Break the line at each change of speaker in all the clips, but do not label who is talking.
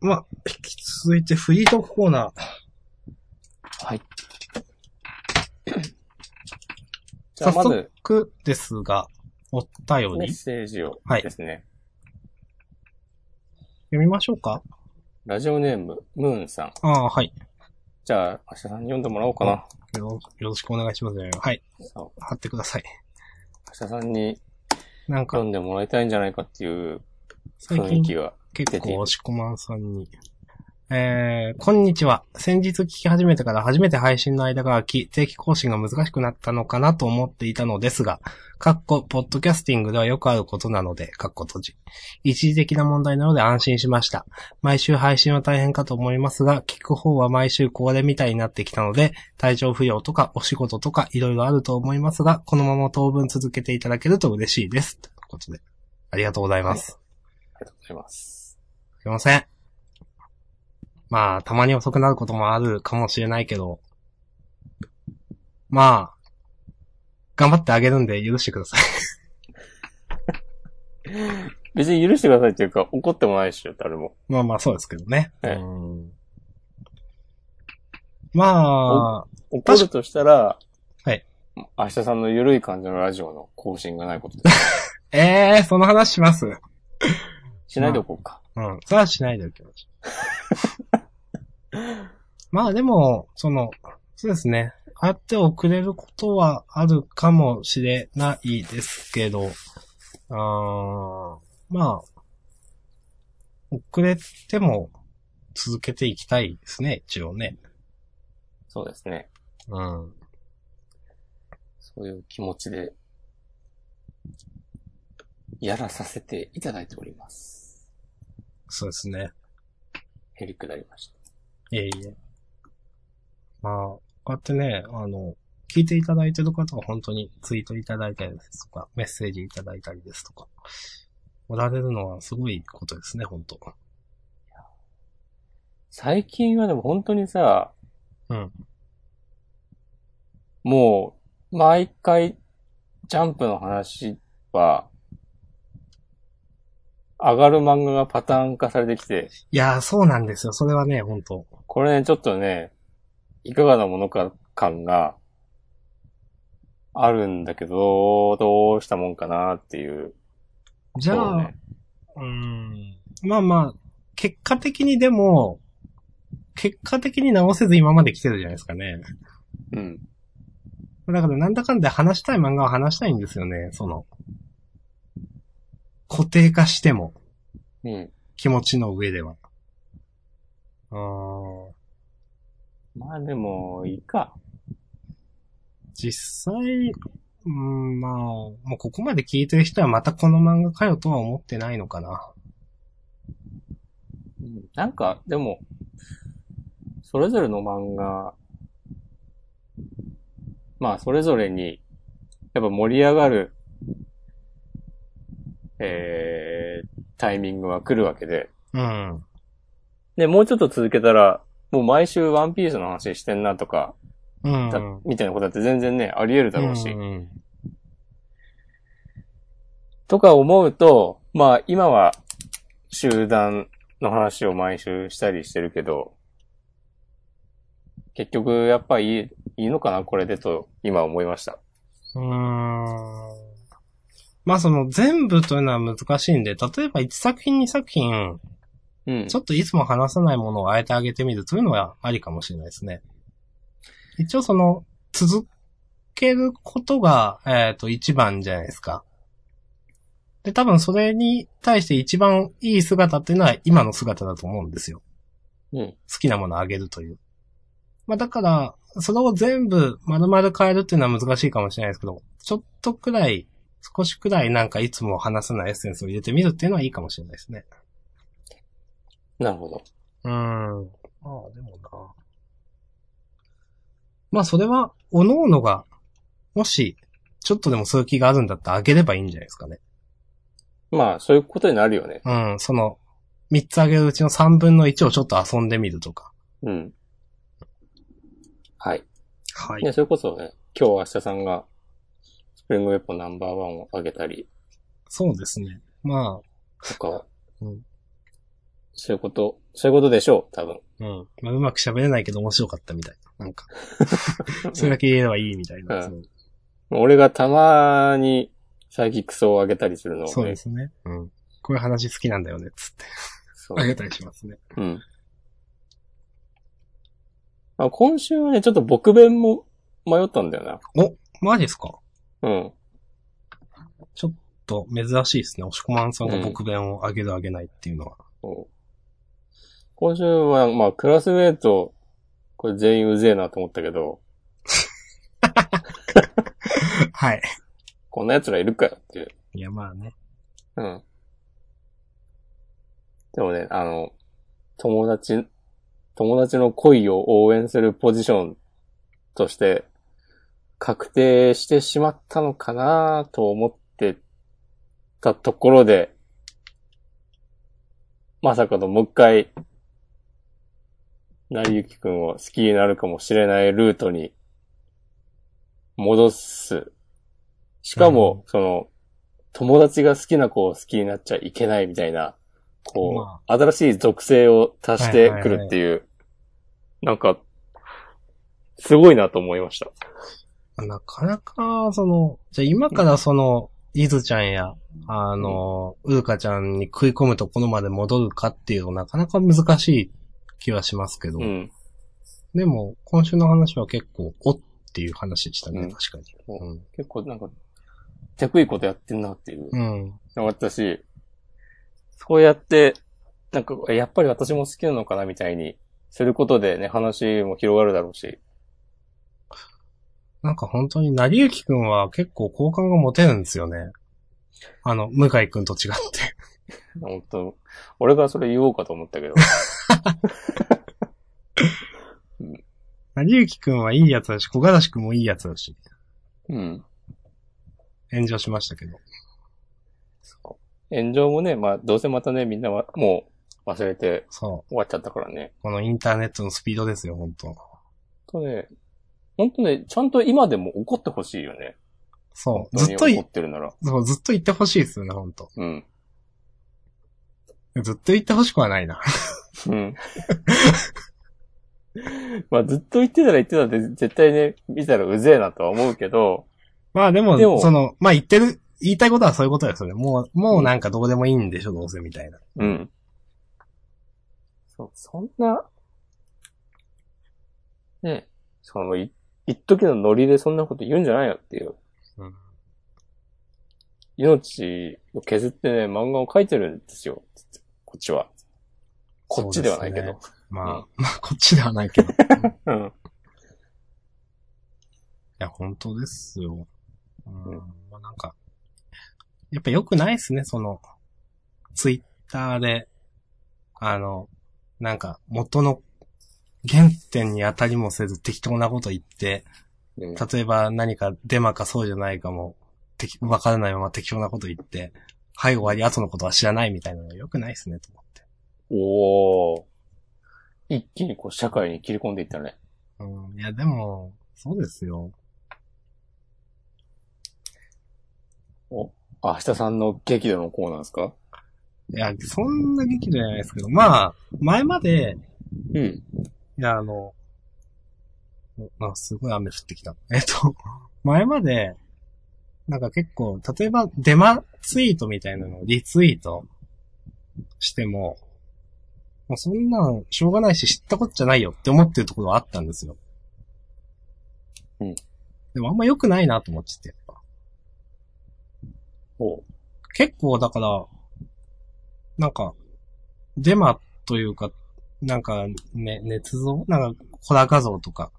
まあ、引き続いてフリートークコーナー。
はい。じゃ
早
あ、まず、
速ですが、お便
メッ
り
セージを
はい
ですね。
読みましょうか
ラジオネーム、ムーンさん。
ああ、はい。
じゃあ、明日さんに読んでもらおうかな。
よろよろしくお願いします。はい。
さあ明
貼ってください。
日さんに
なんか
読、んでもらいたいんじゃないかっていう
最
雰囲
近
気が。
結構、押し込まんさんに。えー、こんにちは。先日聞き始めてから初めて配信の間が空き、定期更新が難しくなったのかなと思っていたのですが、かっこ、ポッドキャスティングではよくあることなので、かっこ閉じ。一時的な問題なので安心しました。毎週配信は大変かと思いますが、聞く方は毎週これみたいになってきたので、体調不良とかお仕事とかいろいろあると思いますが、このまま当分続けていただけると嬉しいです。ということで、ありがとうございます。
ありがとうございます。
すいません。まあ、たまに遅くなることもあるかもしれないけど、まあ、頑張ってあげるんで許してください。
別に許してくださいっていうか、怒ってもないでしょ、誰も。
まあまあ、そうですけどね。
ええ
うんまあ、
怒るとしたら、
はい。
明日さんの緩い感じのラジオの更新がないこ とです
ええその話します。
しないでおこうか。
うん。それはしないでおきましょう。まあでも、その、そうですね。会って遅れることはあるかもしれないですけど、あーまあ、遅れても続けていきたいですね、一応ね。
そうですね。
うん。
そういう気持ちで、やらさせていただいております。
そうですね。
へりくだりました。
いえいえ。まあ、こうやってね、あの、聞いていただいてる方は本当にツイートいただいたりですとか、メッセージいただいたりですとか、おられるのはすごいことですね、本当
最近はでも本当にさ、
うん。
もう、毎回、ジャンプの話は、上がる漫画がパターン化されてきて、
いやー、そうなんですよ。それはね、本当
これね、ちょっとね、いかがなものか感があるんだけど、どうしたもんかなっていう。
じゃ
そう
あ、
ね
うーん、まあまあ、結果的にでも、結果的に直せず今まで来てるじゃないですかね。
うん。
だからなんだかんだ話したい漫画は話したいんですよね、その。固定化しても。
うん。
気持ちの上では。あー
まあでも、いいか。
実際、うん、まあ、もうここまで聞いてる人はまたこの漫画かよとは思ってないのかな。
うんなんか、でも、それぞれの漫画、まあ、それぞれに、やっぱ盛り上がる、えー、タイミングは来るわけで、
うん。
で、もうちょっと続けたら、もう毎週ワンピースの話してんなとか、
うん。
だみたいなことだって全然ね、あり得るだろうし。
ん
とか思うと、まあ今は集団の話を毎週したりしてるけど、結局やっぱいい、いいのかなこれでと今思いました。
うん。うーんまあその全部というのは難しいんで、例えば1作品2作品、
うん
ち。ょっといつも話さないものをあえてあげてみるというのはありかもしれないですね。一応その、続けることが、えっ、と、一番じゃないですか。で、多分それに対して一番いい姿っていうのは今の姿だと思うんですよ。
うん。
好きなものをあげるという。まあだから、それを全部丸々変えるっていうのは難しいかもしれないですけど、ちょっとくらい、少しくらいなんかいつも話さないエッセンスを入れてみるっていうのはいいかもしれないですね。
なるほど。
うーん。まあ、でもな。まあ、それは、おのおのが、もし、ちょっとでもそういう気があるんだったらあげればいいんじゃないですかね。
まあそういうことになるよね。
うん、その、3つあげるうちの3分の1をちょっと遊んでみるとか。
うん。はい。
はい
や、それこそね、今日明日さんがスプリングウェポンナンバーワンを上げたり
そうですね。まあ、
とか
うん、
そういうこと、そういうことでしょう、多分。
うん。まあ、うまく喋れないけど面白かったみたいな。な んか。それだけ言えればいいみたいな。
うん俺がたまに、サイキックスをあげたりするのを、ね。
そうですね。うん。こういう話好きなんだよね、つって。
そう
あげたりしますね。
うん。あ今週はね、ちょっと僕弁も迷ったんだよ
マジですか
な。うん。
ちょっと珍しいですね。押し込まんさんが僕弁をあげるあげないっていうのは。
そう今週は、まあ、クラスメイト、これ全員うぜえなと思ったけど、
はい。
こんな奴らいるかよっていう。
いや、まあね。
うん。でもね、あの、友達、友達の恋を応援するポジションとして、確定してしまったのかなと思ってたところで、まさかのもう一回、なりゆきくんを好きになるかもしれないルートに戻す。しかも、その、友達が好きな子を好きになっちゃいけないみたいな、こう、
ま
新しい属性を足してくるっていう、なんか、すごいなと思いました。
なかなか、その、じゃあ今からその、いずちゃんや、あの、うるかちゃんに食い込むところまで戻るかっていうのなかなか難しい気はしますけど。
うん。
でも、今週の話は結構、おっていう話でしたね、
うん
確かに。うん。
結構なんか、てくいことやってんなっていう。
うん。
私、そうやって、なんか、やっぱり私も好きなのかなみたいに、することでね、話も広がるだろうし。
なんか本当に、なりゆきくんは結構好感が持てるんですよね。あの、向井くんと違って。
本当俺がそれ言おうかと思 ったけど。
なりゆきくんはいいやつだし、小柄しくんもいいやつだし、
うん。
炎上しましたけど。
炎上もね、まあ、どうせまたね、みんなは、もう、忘れて
そ
終わっちゃったからね。
う。このインターネットのスピードですよ、本当
とね、本当ね、ちゃんと今でも怒ってほしいよね。
そう。
本当
ず
に
っとい
怒ってるなら。
そう、ずっと言ってほしいですよね、ほんと。
うん。
ずっと言ってほしくはないな。
うん。 まあずっと言ってたら言ってたで絶対ね、見たらうぜえなとは思うけど、
まあでも、
でも
その、まあ言ってる、言いたいことはそういうことですよね。もう、もうなんかどうでもいいんでしょ、どうせみたいな。
うん。そ、そんな、ね、その、い、一時のノリでそんなこと言うんじゃないよっていう。
うん
命を削ってね、漫画を描いてるんですよ。こっちは。こっちではないけ
そう
ど
で。まあ、
うん
まあこっちではないけど。い
うん。
や、本当ですよ。うん
うん
まあなんか、やっぱ良くないですね、その、ツイッターで、あの、なんか、元の原点に当たりもせず適当なこと言って、
う
例
ん
えば何かデマかそうじゃないかも、てきわからないまま適当なこと言って、はい終わり後のことは知らないみたいなのは良くないですね、と思って。
おー。一気にこう、社会に切り込んでいったね。
うん、いやでも、そうですよ。
あ、明日さんの激怒のコーナーですか
いや、そんな劇じゃないですけど、まあ、前まで、
うん。
いや、あの、あ、すごい雨降ってきた。えっと、 前まで、なんか結構、例えばデマツイートみたいなのをリツイートしても、もうそんなんしょうがないし知ったことじゃないよって思ってるところはあったんですよ。
うん。
でもあんま良くないなと思ってて。
お
結構だから、なんか、デマというか、なんか、ね、捏造なんか、ホラー画像とか、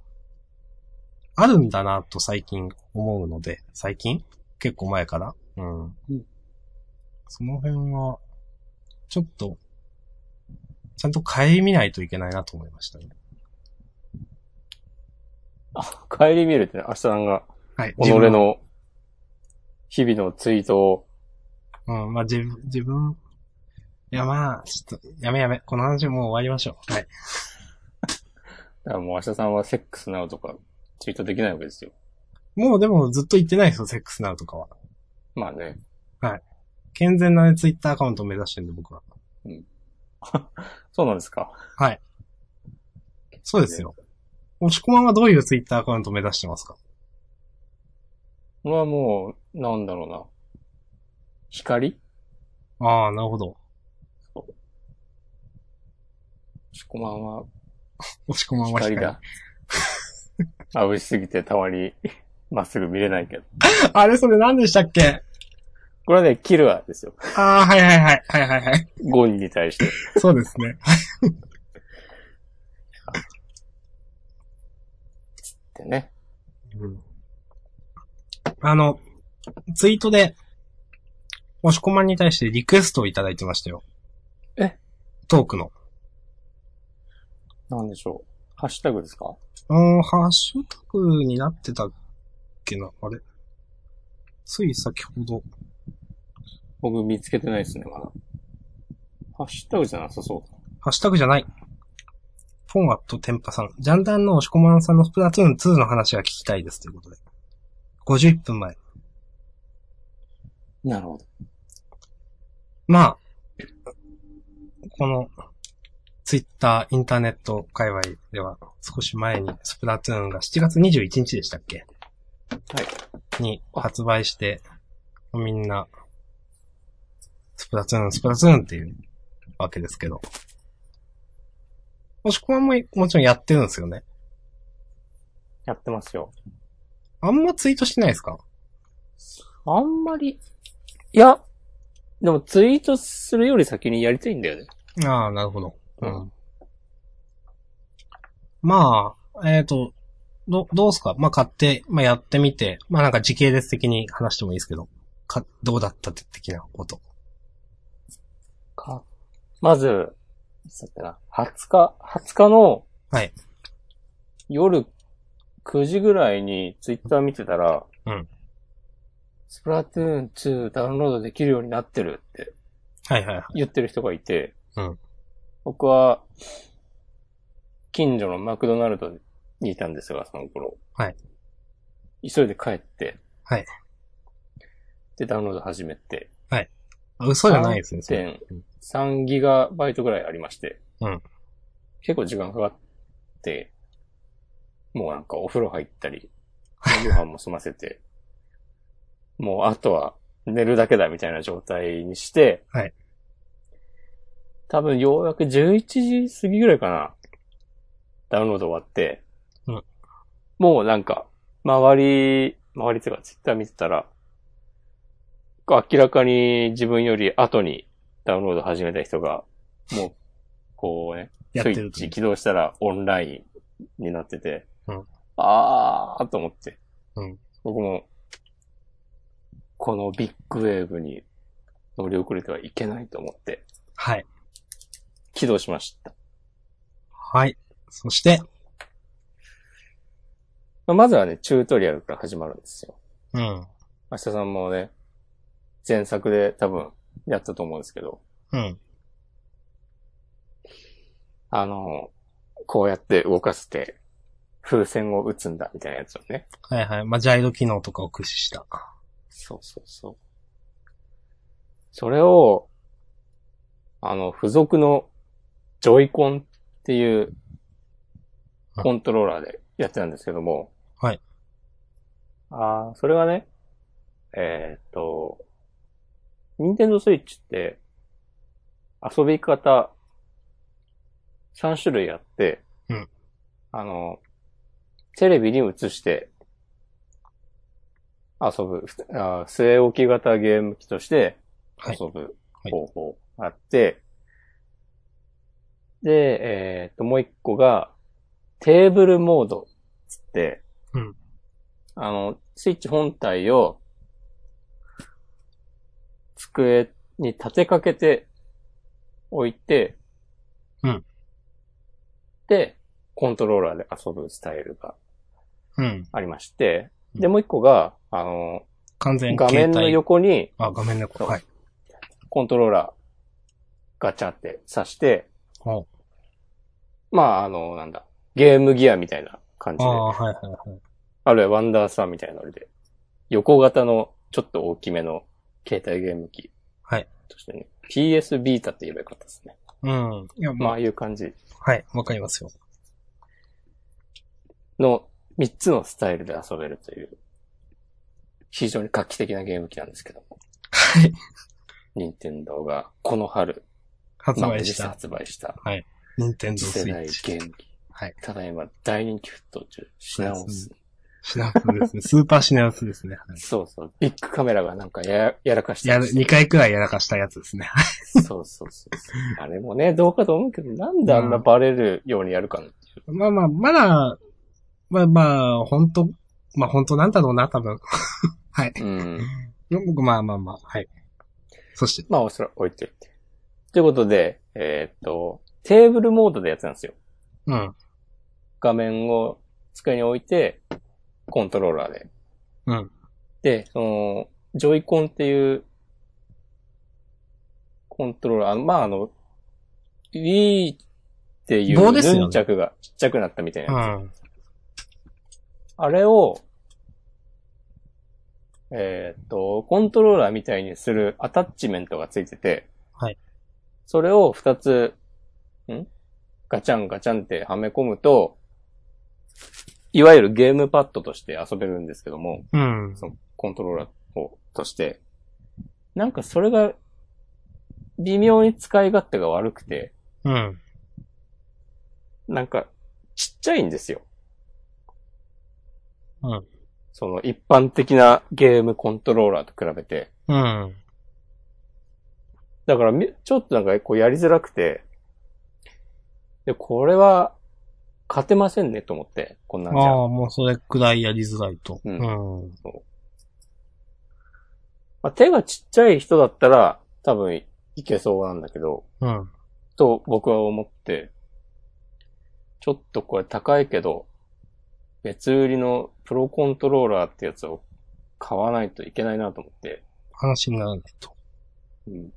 あるんだなと最近思うので、最近結構前から。うん。
ん
その辺は、ちょっと、ちゃんと帰みないといけないなと思いましたね。
あ、帰り見るってね、明日さんが、
はい。
己
自分。
の、日々のツイートを、
うん、まあ、自分、自分、いやまあ、ちょっと、やめやめ。この話もう終わりましょう。はい。
だからもう明日さんはセックスなうとか、ツイートできないわけですよ。
もうでもずっと言ってないですよ、セックスナウとかは。
まあね。
健全なね、ツイッターアカウントを目指してるんで、僕は。
うんそうなんですか。
そうですよ。押し込まんはどういうツイッターアカウントを目指してますか
これはもう、なんだろうな。光
ああ、なるほど。
しこまんは
押し込まんは
光だ。 眩しすぎてたまにまっすぐ見れないけど。
あれ、それ何でしたっけ
これはね、キルアですよ。
ああ、はいはいはい。はいはいはい。
ゴンに対して。
そうですね。
でね。
あの、ツイートで、押し込まんに対してリクエストをいただいてましたよ。
え
トークの。
なんでしょう。ハッシュタグですか
あーハッシュタグになってたっけなあれ。つい先ほど。
僕見つけてないですね、まだ。ハッシュタグじゃなさそうだ。
ハッシュタグじゃない。フォンアットテンパさん。ジャンダンの押し込まんさんのスプラトゥーン2の話が聞きたいです。ということで。51分前。
なるほど。
まあ、この、ツイッター、インターネット界隈では、少し前に、スプラトゥーンが7月21日でしたっけはい。に発売して、みんな、スプラトゥーン、スプラトゥーンっていうわけですけど。もしくはも、もちろんやってるんですよね。
やってますよ。
あんまツイートしてないですか
あんまり、いや、でもツイートするより先にやりたいんだよね。
ああ、なるほど。うん
う。
まあ、えっ、と、ど、どうすかまあ買って、まあやってみて、まあなんか時系列的に話してもいいですけど、か、どうだったって的なこと。
か。まず、いつだったな、20日、20日の、
はい
夜9時ぐらいにツイッター見てたら、
うん
スプラトゥーン2ダウンロードできるようになってるって
はいはいはい。
言ってる人がいて、
うん
僕は、近所のマクドナルドにいたんですが、その頃。
はい
急いで帰って、
はい
で、ダウンロード始めて、
あ嘘じゃないですね、それ
3.3ギガバイトぐらいありまして。
うん
結構時間かかって、もうなんかお風呂入ったり、夕飯も済ませて、 もうあとは寝るだけだみたいな状態にして、
はい
多分ようやく11時過ぎぐらいかな。ダウンロード終わって、
うん
もうなんか、周り、周りっていうかツイッター見てたら、明らかに自分より後にダウンロード始めた人が、もう、こうね、
やっ
ス
て
イ
る
ッ
とい
チ
う。
起動したらオンラインになってて、
うん
あーと思って、
うん
僕も、このビッグウェーブに乗り遅れてはいけないと思って、
はい。
起動しました。
はい。そして、
まあまずはね、チュートリアルから始まるんですよ。
うん。
明日さんもね、前作で多分やったと思うんですけど、
うん。
あの、こうやって動かせて、風船を打つんだ、みたいなやつをね。
はいはい。まあ、ジャイド機能とかを駆使した。
そうそうそう。それを、あの、付属のジョイコンっていう
うん
コントローラーでやってたんですけども。
はい。
ああ、それがね、えーっと、ニンテンドースイッチって遊び方3種類あって、
うん
あの、テレビに映して遊ぶ、ふあ据え置き型ゲーム機として
はい。
遊ぶ
はい
方法あって、で、えーっと、もう一個が、テーブルモードっつって、
うん
あの、スイッチ本体を、机に立てかけて置いて、
うん
で、コントローラーで遊ぶスタイルが
うん。
ありまして、
うん
で、もう一個が、あの、
完全
画面の横に、
あ、画面の横。
そう
はい。
コントローラーガチャって挿して、
お
まあ、あの、なんだ、ゲームギアみたいな感じ
あ
で、
あ、はいはいはい。
あるいはワンダーサーみたいなので、横型のちょっと大きめの携帯ゲーム機。
はい。
としてね、PS ビータって言えばよかったですね。
うん。いや、
ま
ま
あいう感じ
あ、はい、わかりますよ。
の3つのスタイルで遊べるという、非常に画期的なゲーム機なんですけども、
はい。
任天堂がこの春、
発
まあ
売し
実際
た、
発売した
任天堂
次
ス
世
イ
代
ッ
ゲ
チ。
ーム機。
はい。
ただいま大人気沸騰中、品
そう
薄
ですシナウスですね。スーパーシナウスですね。はい
そうそう。ビッグカメラがなんかやややらかして
や
ま
る、
した
2回くらいやらかしたやつですね。はい
そうそうそうそう。あれもね、どうかと思うけど、なんであんなバレるようにやるかなっていう。
まあまあ、まだ、まあまあ、本当まあ本当なんだろうな、多分。 はい。
うん。
僕、まあまあまあ、はい。そして、
まあ、それは置いといて。ということで、えーっと、テーブルモードでやってたんですよ。
うん、
画面を机に置いて、コントローラーで。
うん。
で、その、ジョイコンっていう、コントローラー、あのまあ、あの、Wii ってい
棒
う、
ですよね
ヌンチャクがちっちゃくなったみたいな
う
やつ
ん。
あれを、えーっと、コントローラーみたいにするアタッチメントがついてて、
はい。
それを二つ、んガチャンガチャンってはめ込むと、いわゆるゲームパッドとして遊べるんですけども、
うん。
そのコントローラーをとして、なんかそれが、微妙に使い勝手が悪くて、
うん。
なんか、ちっちゃいんですよ。
うん。
その一般的なゲームコントローラーと比べて。
うん。
だからみ、ちょっとなんかこうやりづらくて、で、これは、勝てませんねと思って、こんなんじゃ。
ああ、もうそれくらいやりづらいと。
う
うんん。うん。
まあ、手がちっちゃい人だったら、多分いけそうなんだけど、と僕は思って、ちょっとこれ高いけど、別売りのプロコントローラーってやつを買わないといけないなと思って。
話にならないと。
うん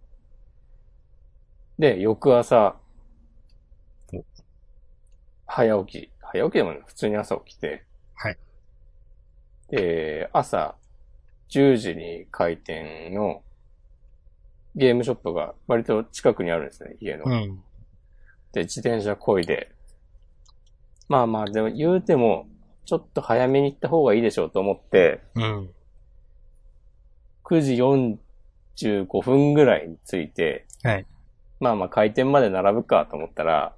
で、翌朝
お、
早起き、早起きでもない普通に朝起きて、
はい。
で、朝10時に開店のゲームショップが割と近くにあるんですね、家の。
うん。
で、自転車こいで。まあまあ、でも言うても、ちょっと早めに行った方がいいでしょうと思って、
うん。
9時45分ぐらいに着いて、
はい。
まあまあ開店まで並ぶかと思ったら、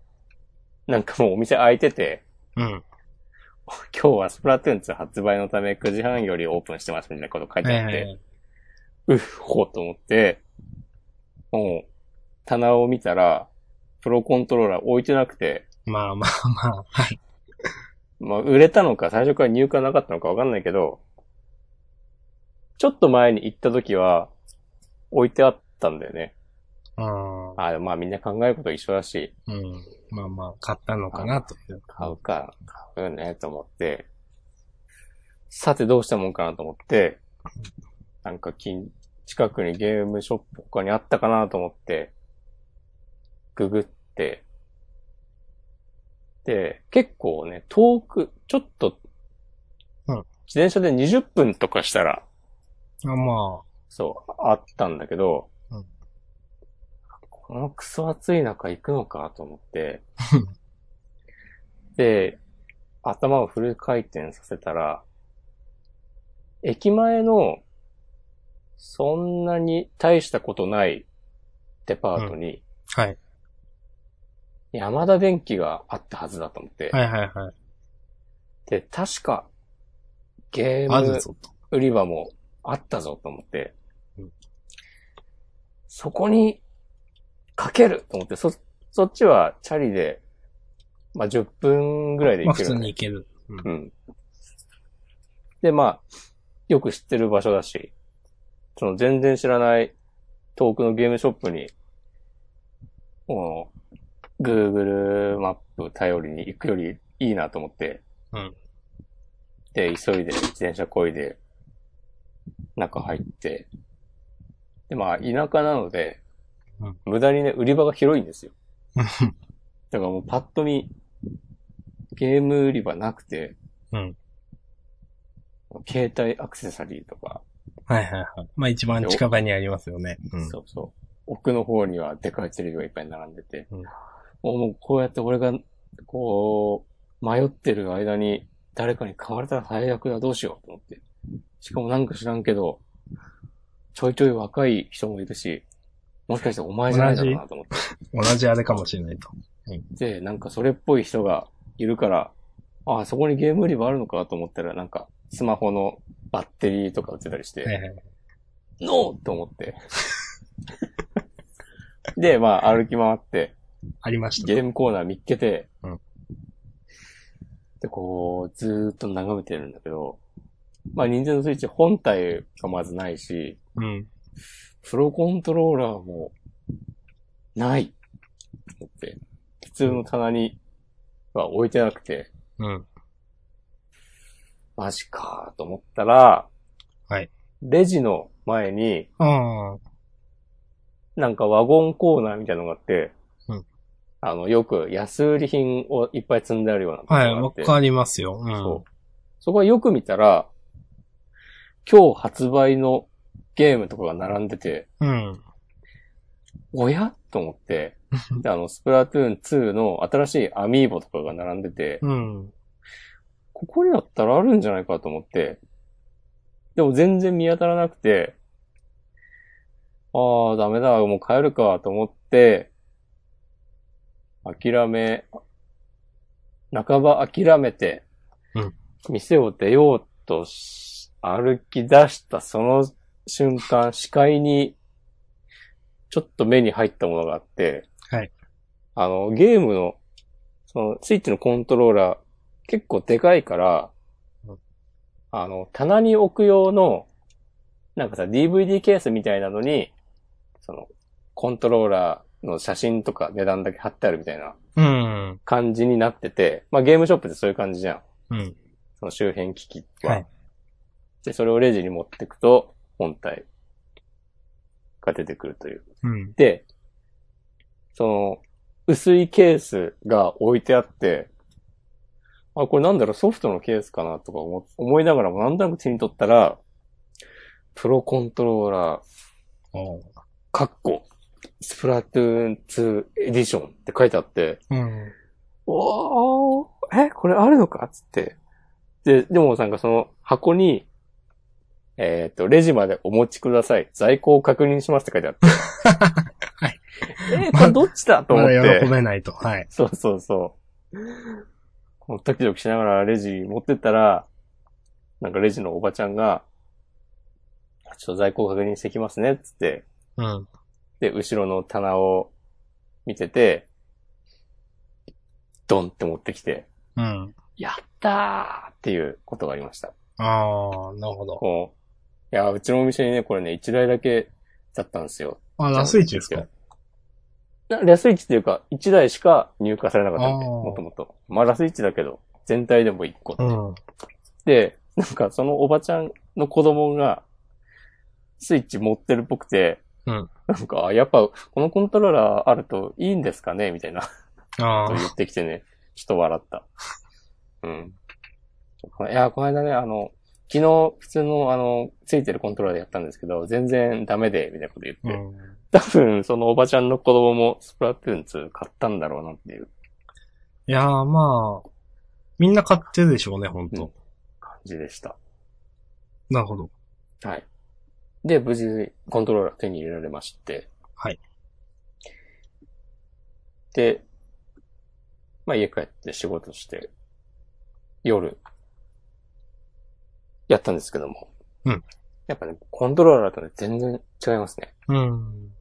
なんかもうお店開いてて、
うん。
今日はスプラトゥーン2発売のため9時半よりオープンしてますみたいなこと書いてあって、
え
うっほーと思って、もう、棚を見たら、プロコントローラー置いてなくて、
えまあまあまあ、はい。
まあ、売れたのか、最初から入荷なかったのかわかんないけど、ちょっと前に行った時は、置いてあったんだよね。
うん。
ああ、まあみんな考えること一緒だし、
うん。まあまあ、買ったのかなという。
買うか、買うよね、と思って。さてどうしたもんかなと思って、なんか近、近くにゲームショップ他にあったかなと思って、ググって、で、結構ね、遠く、ちょっと、
うん
自転車で20分とかしたら、
あま
そう、あったんだけど、
うん
このクソ暑い中行くのかと思 って、で、頭をフル回転させたら、駅前の、そんなに大したことないデパートに、
あ、はい。
ヤマダ電機があったはずだと思って、
はいはいはい。
で、確か、ゲー
あ
ム
るぞと。
売り場もあったぞと思っ
う
て、
ん
そこにかけると思って、そ、そっちはチャリで、まあ、10分ぐらいで
ま
行
あ
け
普通
るんだ
に
ね、
行け る。
うん。で、まあ、よく知ってる場所だし、その全然知らない遠くのゲームショップに、もう、Google マップ頼りに行くよりいいなと思って、
うん
で、急いで自転車こいで、中入って、で、まあ、田舎なので、
うん
無駄にね、売り場が広いんですよ。
うん。
だからもうパッと見、ゲーム売り場なくて、
うん
携帯アクセサリーとか、
はいはいはい。まあ一番近場にありますよね。うん。
そうそう。奥の方にはでかいテレビがいっぱい並んでて、
うん
もうもうこうやって俺が、こう、迷ってる間に誰かに買われたら最悪だ、どうしようと思って。しかもなんか知らんけど、ちょいちょい若い人もいるし、もしかしてお前じゃないだろうなと思って。
同じあれかもしれないと。
で、なんかそれっぽい人がいるから、ああ、そこにゲーム売り場あるのかと思ったら、なんか、スマホのバッテリーとか売ってたりして、
はいはい
ノーと思って。 で、まあ、歩き回って、
ありました
ゲ
ね。
ームコーナー見っけて、
うん
で、こう、ずーっと眺めてるんだけど、まあ、任天堂スイッチ本体がまずないし、
うん。
プロコントローラーも、ない。思って、普通の棚には置いてなくて、
うん。
マジかーと思ったら、
はい
レジの前に、
あ
なんかワゴンコーナーみたいなのがあって、
うん
あの、よく安売り品をいっぱい積んであるようなとこ
あ。
ろ
は
が
い、
あ
わ
って、
かりますよ。うん。
そう。そこはよく見たら、今日発売のゲームとかが並んでて、
う。うん。
おやと思って、 で、あの、スプラトゥーン2の新しいアミーボとかが並んでて、
うん。
ここにだったらあるんじゃないかと思って、でも全然見当たらなくて、ああ、ダメだ、もう帰るかと思って、諦め、半ば諦めて
うん、
店を出ようとし歩き出したその瞬間、視界に、ちょっと目に入ったものがあって、
はい
あの、ゲームの、その、スイッチのコントローラー、結構でかいから
うん、
あの、棚に置く用の、なんかさ、DVD ケースみたいなのに、その、コントローラーの写真とか値段だけ貼ってあるみたいな
うん。
感じになってて、まあゲームショップってそういう感じじゃん。
うん。
その周辺機器は。
はい
で、それをレジに持ってくと、本体が出てくるという。
うん。
で、その、薄いケースが置いてあって、あ、これなんだろう、ソフトのケースかなとか思思いながらもなんとなく手に取ったら、プロコントローラー、
おう
カッコ、スプラトゥーン2エディションって書いてあって、
うん。
おー、え、これあるのかっつって。で、でもなんかその箱に、えっ、と、レジまでお持ちください。在庫を確認しますって書いてあって。
はい。
えーこれどっちだと思
ま
っ
だ
て。
喜べないと。はい。
そうそうそう。もうドキドキしながらレジ持ってったら、なんかレジのおばちゃんが、ちょっと在庫を確認してきますね、つって、
うん。
で、後ろの棚を見てて、ドンって持ってきて、
うん。
やったーっていうことがありました。
ああ、なるほど。
こう、いやー、うちのお店にね、これね、一台だけだったんですよ。
あ、ラスイチですか
なラスイチっていうか、一台しか入荷されなかったんで、
あー
もともと。まあ、ラスイチだけど、全体でも一個って
う。
いうんで、なんかそのおばちゃんの子供が、スイッチ持ってるっぽくて、
うん
なんか、あやっぱ、このコントローラーあるといいんですかねみたいな
あ
こと言
あ、
ってきてね、ちょっと笑った。うん。いや、この間ね、あの、昨日、普通の、あの、ついてるコントローラーでやったんですけど、全然ダメで、みたいなこと言って。
うん。
多分、そのおばちゃんの子供もスプラトゥーン2買ったんだろうなっていう
いやーまあ、みんな買ってるでしょうね、ほんと。
感じでした。
なるほど。
はい。で、無事、コントローラー手に入れられまして。
はい。
で、まあ家帰って仕事して、夜、やったんですけども。
うん。
やっぱね、コントローラーとね、全然違いますね。
うん。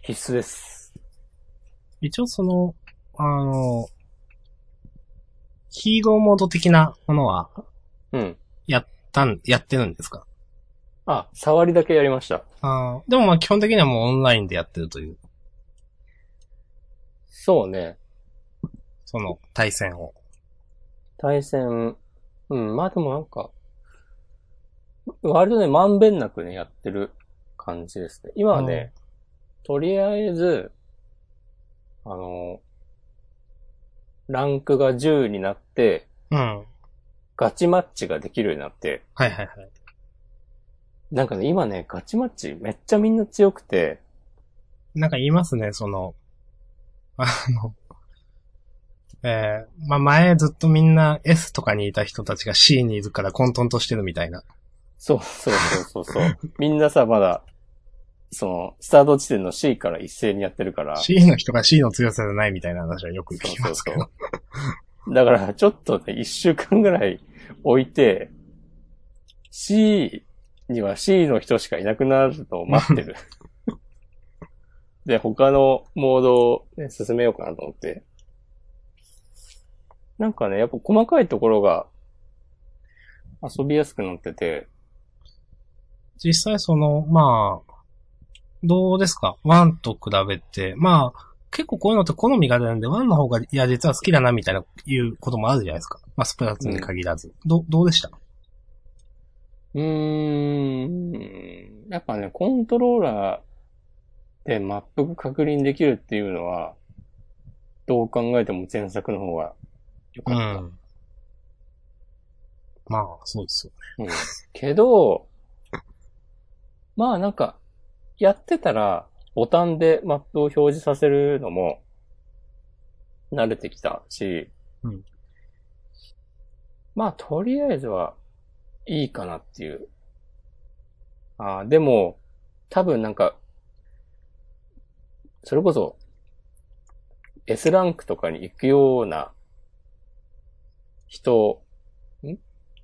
必須です。
一応その、あの、ヒーローモード的なものは、
うん。
たん、やってるんですか
あ、触りだけやりました。
ああ、でもまあ基本的にはもうオンラインでやってるという、
そうね。
その対戦を。
対戦、うん、まあでもなんか、割とね、まんべんなくね、やってる感じですね。今はね、とりあえず、あの、ランクが10になって、
うん。はい
ガチマッチができるようになって、
はいはい。
なんかね、今ね、ガチマッチめっちゃみんな強くて、
なんか言いますね、その、あの、えー、まあ、前ずっとみんな S とかにいた人たちが C にいるから混沌としてるみたいな。
そうそうそうそうそう。みんなさ、まだ、その、スタート地点の C から一斉にやってるから。
C の人が C の強さじゃないみたいな話はよく聞きますけど。
そうそうだから、ちょっとね、一週間ぐらい置いて、C には C の人しかいなくなるのを 待ってる。で、他のモードを、ね、進めようかなと思って。なんかね、やっぱ細かいところが遊びやすくなってて、
実際その、まあ、どうですか ?1 と比べて、まあ、結構こういうのって好みが出るんで、1の方が、いや、実は好きだな、みたいな、いうこともあるじゃないですか。まあ、スプラトゥーンに限らず。どう、どうでした
うーん。やっぱね、コントローラーでマップが確認できるっていうのは、どう考えても前作の方が
う
良かった。
ん。まあ、そうですよ。
うんけど、まあなんか、やってたら、ボタンでマップを表示させるのも、慣れてきたし、
うん
まあとりあえずは、いいかなっていう。ああ、でも、多分なんか、それこそ、S ランクとかに行くような人、ん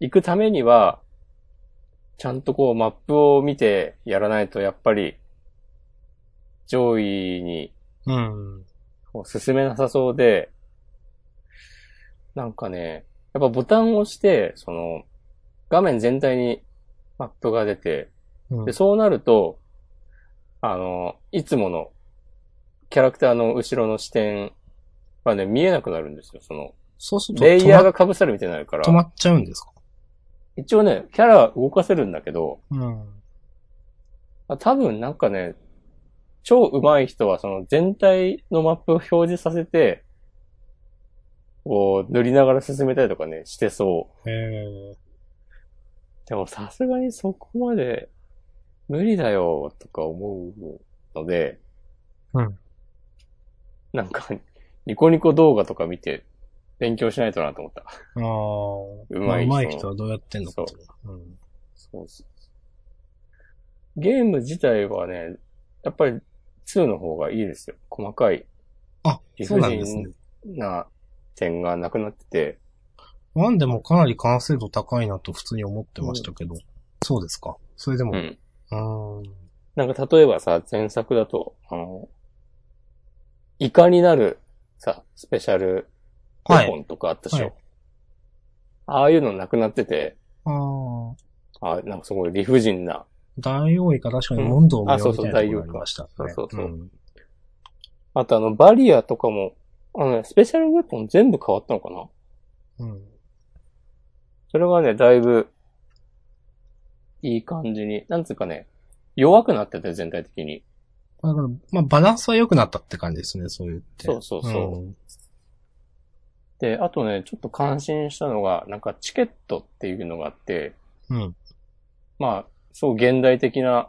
行くためには、ちゃんとこうマップを見てやらないとやっぱり上位に
うん。
こう進めなさそうで、なんかね、やっぱボタンを押して、その画面全体にマップが出て、
うん
で、そうなると、あの、いつものキャラクターの後ろの視点はね、見えなくなるんですよ。その、
そうすると
レイヤー
止ま
が、被されるみたいになるから。
止まっちゃうんですか
一応ね、キャラは動かせるんだけど、
うん。
あ多分なんかね、超上手い人はその全体のマップを表示させて、こう、塗りながら進めたりとかね、してそ
ええ
う。でもさすがにそこまで無理だよ、とか思うので、
うん。
なんか、ニコニコ動画とか見て勉強しないとなと思った。
ああ、
上手い人
まあ上手い人はどうやってんのかとうん。
そうそうそうゲーム自体はね、やっぱり2の方がいいですよ。細かい
あ、
理
そ
不
うなんですね
尽。な点がなくなってて、
ワンでもかなり完成度高いなと普通に思ってましたけど。そうですか。それでも。
う。
うんーん。
なんか例えばさ、前作だと、あの、イカになるさ、スペシャル
は
5
い。
本とかあったでしょ。
はい
ああいうのなくなってて、
ああ。
あなんかすごい理不尽な。
大王イカ確かに問答無
うんあそ
用
う
み
そ
た
う
いなことがありましたね。
大王イカそうそうそうんあとあの、バリアとかも、あのね、スペシャルウェポン全部変わったのかな
うん。
それがね、だいぶ、いい感じに、なんつうかね、弱くなってて、全体的に。
だから、まあバランスは良くなったって感じですね、そう言って。
そうそうそう。
ん
で、あとね、ちょっと感心したのが、なんかチケットっていうのがあって、
うん。
まあ、そう現代的な、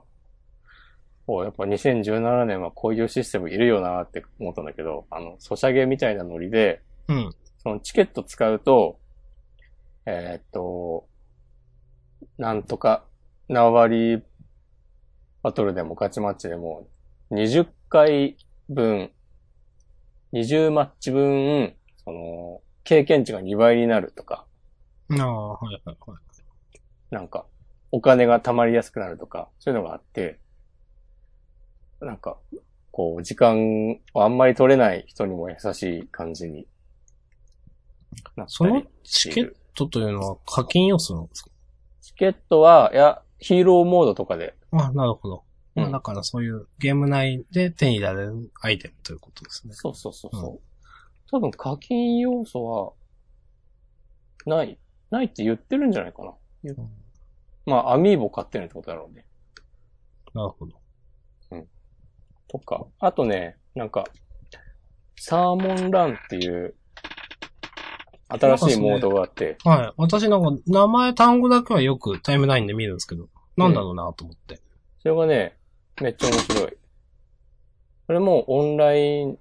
こうやっぱ2017年はこういうシステムいるよなって思ったんだけど、あの、ソシャゲみたいなノリで、
うん。
そのチケット使うと、えーっと、なんとか、縄張りバトルでもガチマッチでも、20回分、20マッチ分、その、経験値が2倍になるとか、
ああ、はいはいはい。
なんか、お金が貯まりやすくなるとか、そういうのがあって、なんか、こう、時間をあんまり取れない人にも優しい感じになったり
そ
している。
のチケットというのは課金要素なんですか
チケットは、いや、ヒーローモードとかで。
あ、なるほど。ま
う
あ
ん
だからそういうゲーム内で手に入れられるアイテムということですね。
そうそうそうそう、多分課金要素は、ない。ないって言ってるんじゃないかな。
うん
まあ、アミーボ買ってないってことだろうね。
なるほど。
とか。あとね、なんか、サーモンランっていう、新しいモードがあって、
はい。私なんか名前単語だけはよくタイムラインで見るんですけど、なんだろうなと思って。
それがね、めっちゃ面白い。それもオンライン、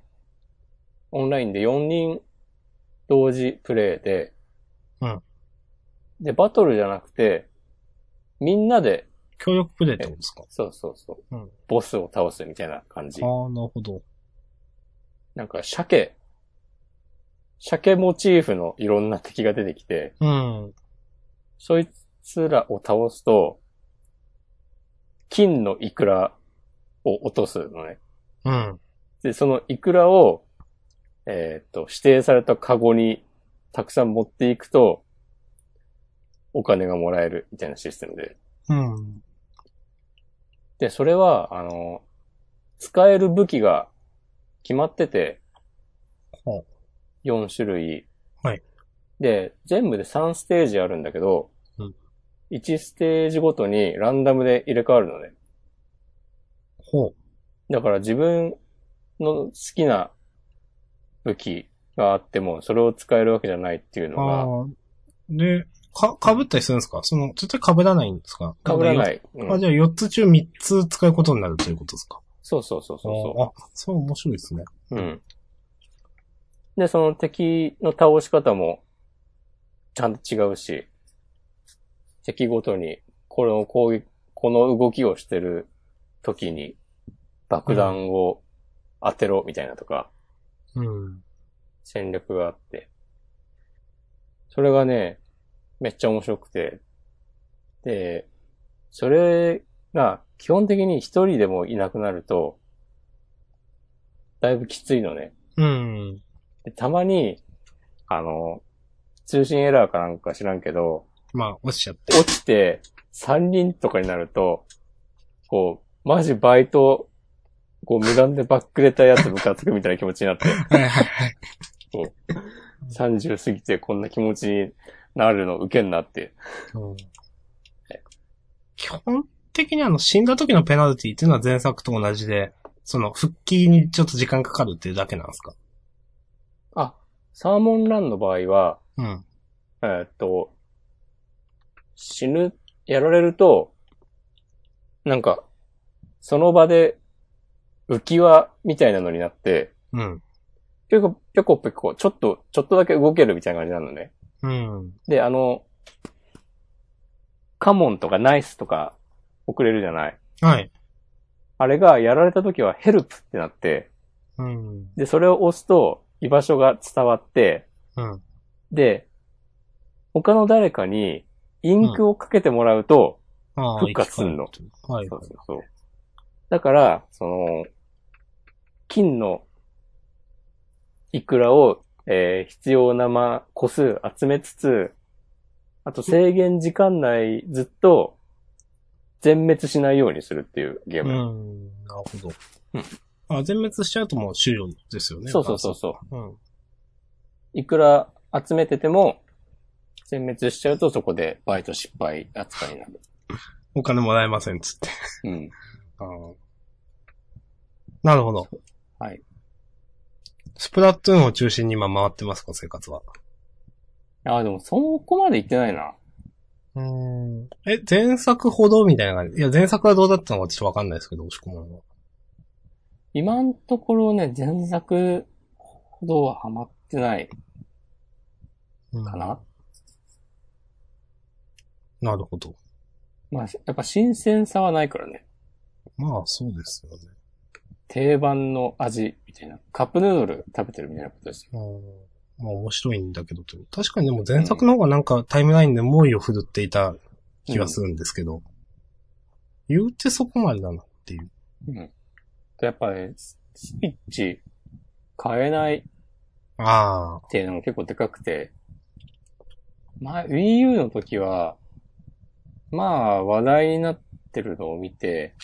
オンラインで4人同時プレイで、
うん
で、バトルじゃなくて、みんなで、
協力プレイってことですか
そうそうそう、
うん
ボスを倒すみたいな感じ
あ。あ、なるほど。
なんか鮭、鮭モチーフのいろんな敵が出てきて、
うん。
そいつらを倒すと、金のイクラを落とすのね。
うん。
で、そのイクラを、えーっと、指定されたカゴにたくさん持っていくと、お金がもらえるみたいなシステムで。
うん。
で、それは、あの、使える武器が決まってて、
ほ
4種類。
はい
で、全部で3ステージあるんだけど、
うん
1ステージごとにランダムで入れ替わるのね。
ほう。
だから自分の好きな武器があっても、それを使えるわけじゃないっていうの
ああ。で、か、被ったりするんですかその、絶対被らないんですか。
が、被らないい。うん
あ、じゃあ4つ中3つ使うことになるということですか
そうそうそうそう
ああ、そう面白いですね。
そう。うん。で、その敵の倒し方も、ちゃんと違うし、敵ごとに、これを攻撃、この動きをしてる時に、爆弾を当てろ、みたいなとか、
うん。
戦略があって。それがね、めっちゃ面白くて。で、それが基本的に一人でもいなくなると、だいぶきついのね。
うん。
でたまに、あの、通信エラーかなんか知らんけど、
まあ、落ちちゃって。
落ちて3人とかになると、こう、マジバイト、こう無断でバックレたやつムカつくみたいな気持ちになって。
はいはいはい。
30過ぎてこんな気持ちになるの受けんなって。
うん基本的にあの、死んだ時のペナルティっていうのは前作と同じで、その、復帰にちょっと時間かかるっていうだけなんですか
あ、サーモンランの場合は、
うん。
えーっと、死ぬ、やられると、なんか、その場で浮き輪みたいなのになって、
うん。
ぴょこぴょこぴょこ、ちょっと、ちょっとだけ動けるみたいな感じなのね。
うん。
で、あの、カモンとかナイスとか送れるじゃない。
はい。
あれがやられた時はヘルプってなって、
うん。
で、それを押すと居場所が伝わって、
うん。
で、他の誰かにインクをかけてもらうと、
ああ。
復活すんの
生き返ると。
そう
はい。
そうそう。だから、その、金のイクラを、えー必要なま、個数集めつつ、あと制限時間内ずっと全滅しないようにするっていうゲ
う
ーム。
ん。なるほど。
うん
あ、全滅しちゃうともう終了ですよね。
そうそうそうそう。
う。うん。
いくら集めてても、全滅しちゃうとそこでバイト失敗扱いになる。
お金もらえませんっつって。
うん。
ああ。なるほど。
はい。
スプラトゥーンを中心に今回ってますか、生活は。
ああ、でもそこまで行ってないな。
うん。え、前作ほどみたいな感じ。いや、前作はどうだったのかちょっとわかんないですけど、押し込まんは。
今のところね、前作ほどはハマってない
うん
かな。
なるほど。
まあ、やっぱ新鮮さはないからね。
まあ、そうですよね。
定番の味みたいな。カップヌードル食べてるみたいなことですよ。
うん。まあ、面白いんだけどという。確かにでも前作の方がなんかタイムラインで猛威を振るっていた気がするんですけど。言うてそこまでだなっていう。
うん。やっぱね、ススイッチ買えない
あ
っていうのも結構でかくて、まあ、Wii U の時は、まあ、話題になってるのを見て、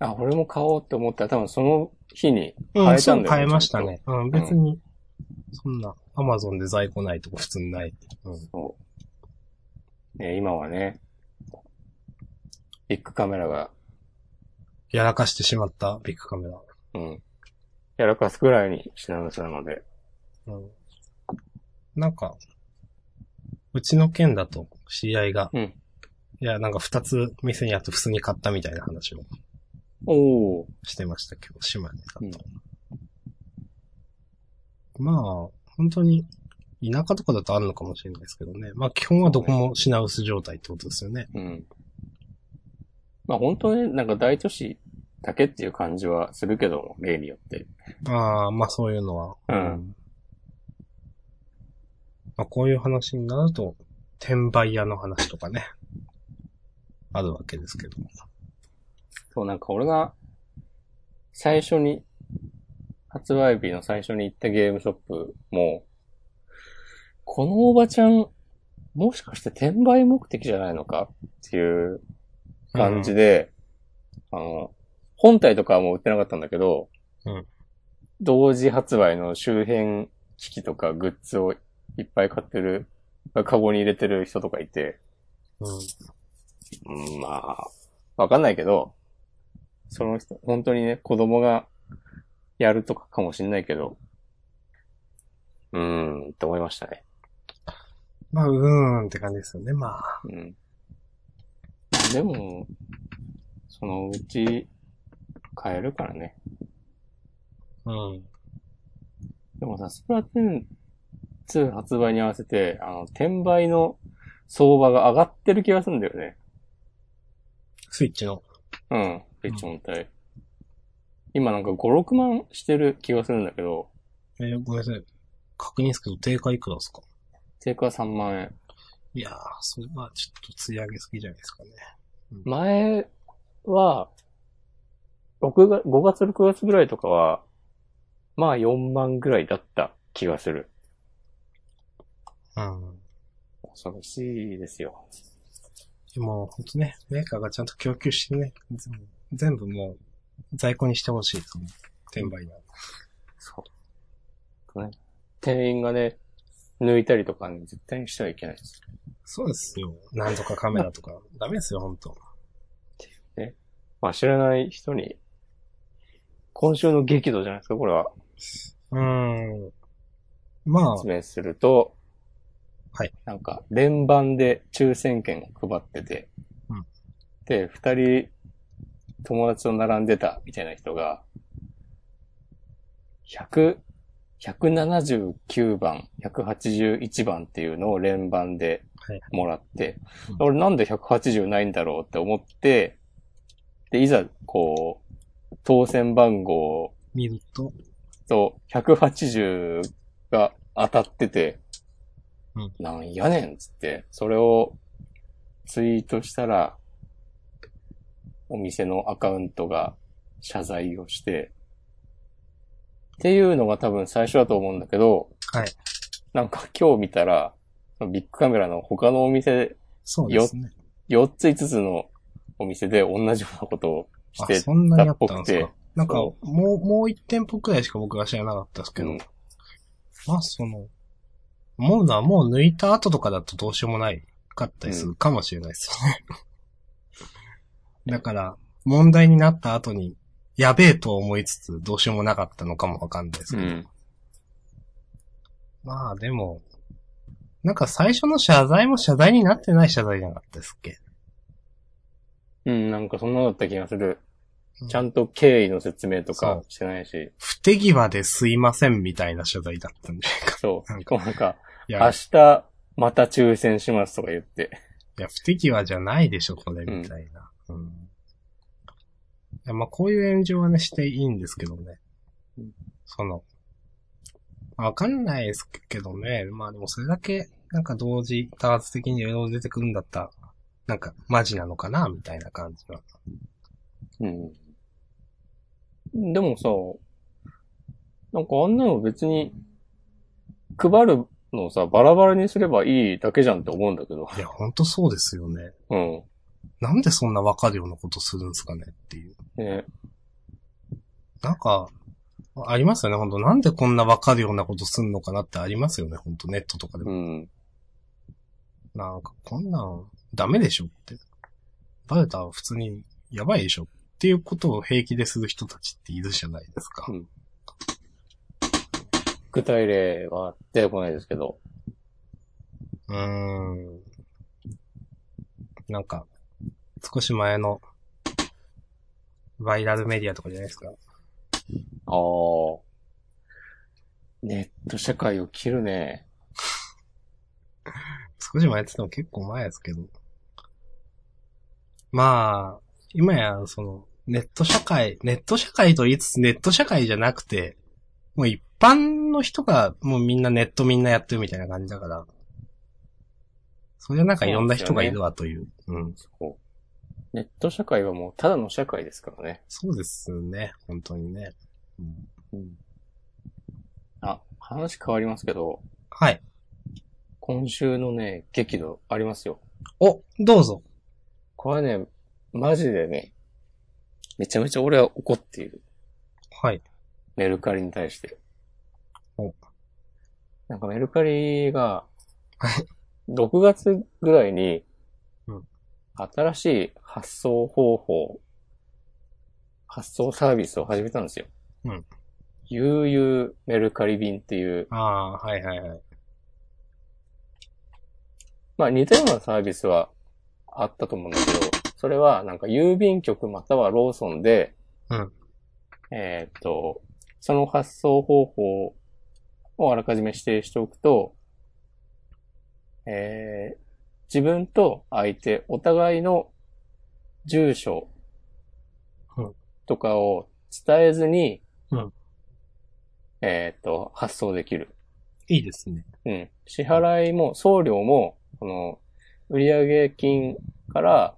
あ、俺も買おうって思ったら、多分その日に、
あ。うん、
買えたんだよね
そう変えましたね。うん、別に、そんな、アマゾンで在庫ないとこ普通にない。うん。
ね、今はね、ビッグカメラが、
やらかしてしまった、ビッグカメラ。
うん、やらかすくらいに品薄なので、
うん。なんか、うちの県だと、知り合いが、
うん
いや、なんか二つ店にあって普通に買ったみたいな話を
おお。
してましたけど、島根
うん
だと。まあ、本当に、田舎とかだとあるのかもしれないですけどね。まあ基本はどこも品薄状態ってことですよね。
うん。まあ本当ね、なんか大都市だけっていう感じはするけども、例によって。
ああ、まあそういうのは。
うん
まあこういう話になると、転売屋の話とかね。あるわけですけど。
そう、なんか俺が、最初に、発売日の最初に行ったゲームショップも、このおばちゃん、もしかして転売目的じゃないのかっていう感じで、あの、本体とかはもう売ってなかったんだけど、
うん
同時発売の周辺機器とかグッズをいっぱい買ってる、いっぱいカゴに入れてる人とかいて、
うん。
うん、まあ、わかんないけど、その人、本当にね、子供がやるとかかもしんないけど、うーん、って思いましたね。
まあ、うーんって感じですよね、まあ。
うん。でも、そのうち、買えるからね。
うん。
でもさ、スプラトゥーン2発売に合わせて、あの、転売の相場が上がってる気がするんだよね。
スイッチの。
うん、スイッチ本体。今なんか5、6万してる気がするんだけど、
えーごめんなさい。確認ですけど、定価いくらですか
定価3万円。
いやー、それはちょっと釣り上げすぎじゃないですかね。
前は、6月、5月、6月ぐらいとかは、まあ4万ぐらいだった気がする。
うん。
恐ろしいですよ。
でも、ほんとね、メーカーがちゃんと供給してね、全部全部もう、在庫にしてほしいですね。転売な。
そう。ね。店員がね、抜いたりとかね、絶対にしてはいけないです。
そうですよ。なんとかカメラとか。 ダメですよ、ほんと。
まあ知らない人に、今週の激怒じゃないですか、これは。
うーん。ま
説明すると、
はい。
なんか、連番で抽選券を配ってて、
うん
で、二人、友達と並んでたみたいな人が、100、179番、181番っていうのを連番で
はい
もらって、
うん
俺なんで180ないんだろうって思って、で、いざ、こう、当選番号を
あ、見ると、
と、180が当たってて、
うん
なんやねんっつって、それをツイートしたら、お店のアカウントが謝罪をして、っていうのが多分最初だと思うんだけど、
はい
なんか今日見たら、そのビッグカメラの他のお店、
そうですね。
4つ5つのお店で同じようなことをし
あ
て、
そんなにあったんです
だっぽ
か。なんか、
そ
もう、もう一店舗くらいしか僕が知らなかったですけど、
うん
まあその、思うのはもう抜いた後とかだとどうしようもないかったりするかもしれないです よね。だから、問題になった後に、やべえと思いつつ、どうしようもなかったのかもわかんないです
う
けど。
ん。
まあでも、なんか最初の謝罪も謝罪になってない謝罪じゃなかったですっけ
うん、なんかそんなだった気がする
うん。
ちゃんと経緯の説明と
そ
か
う
してないし、
不手際ですいませんみたいな謝罪だったんじゃない か。
そう。
なん
しかもなんか、
い
明
や、
日また抽選しますとか言って。
いや、不手際じゃないでしょ、これ、みたいな。うん。いや、まあ、こういう炎上はね、していいんですけどね
うん。
その、わかんないですけどね。まあでもそれだけ、なんか同時多発的にいろいろ出てくるんだったら、なんかマジなのかな、みたいな感じは。
うん。でもさ、なんかあんなの別に、配るのをさ、バラバラにすればいいだけじゃんって思うんだけど。
いや、ほんとそうですよね。
うん。
なんでそんなわかるようなことするんですかねっていう。
ね。
なんか、ありますよね、ほんと。なんでこんなわかるようなことすんのかなってありますよね、ほんと。ネットとかでも
うん。
なんか、こんなん、ダメでしょって。バレたら普通に、やばいでしょっていうことを平気でする人たちっているじゃないですか。
うん具体例は出てこないですけど。
うーん。なんか、少し前の、バイラルメディアとかじゃないですか。
ああ。ネット社会を切るね。
少し前って言っても結構前ですけど。まあ、今や、その、ネット社会、ネット社会と言いつつネット社会じゃなくて、もう一般の人がもうみんなネットみんなやってるみたいな感じだから、それはなんかいろんな人がいるわという。うん。
そう。ネット社会はもうただの社会ですからね。
そうですね、本当にね。うん
うん。あ、話変わりますけど、
はい。
今週のね、激怒ありますよ。
お、どうぞ。
これね、マジでね、めちゃめちゃ俺は怒っている。
はい。
メルカリに対して
お。
なんかメルカリが
はい、
6月ぐらいに
うん、
新しい発送方法、発送サービスを始めたんですよ。
うん。
悠々メルカリ便っていう、
ああー、はいはいはい。
まあ似たようなサービスはあったと思うんだけど、それはなんか郵便局またはローソンで、
うん
えーっと、その発送方法をあらかじめ指定しておくと、えー自分と相手、お互いの住所
うん
とかを伝えずに、
うん
えーっと、発送できる。
いいですね。
うん。支払いも、送料も、この、売上金から、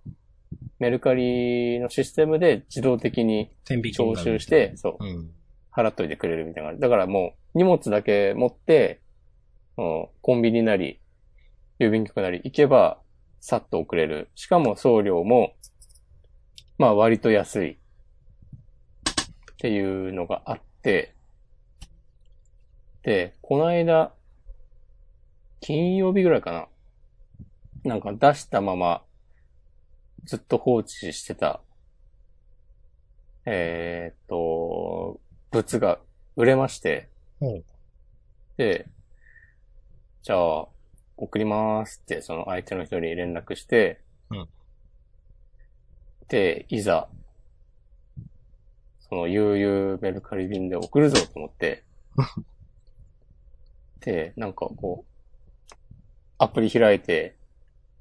メルカリのシステムで自動的に
天引きに
徴
なる
収して、そ
う
う、
ん。
払っといてくれるみたいなのがある。だからもう、荷物だけ持って、うんコンビニなり、郵便局なり行けば、さっと送れる。しかも送料も、まあ割と安い。っていうのがあって、で、この間、金曜日ぐらいかな。なんか出したまま、ずっと放置してた、えーっと、物が売れまして
うん、
で、じゃあ、送りますって、その相手の人に連絡して、
うん
で、いざ、その、悠々メルカリ便で送るぞと思って、 で、なんかこう、アプリ開いて、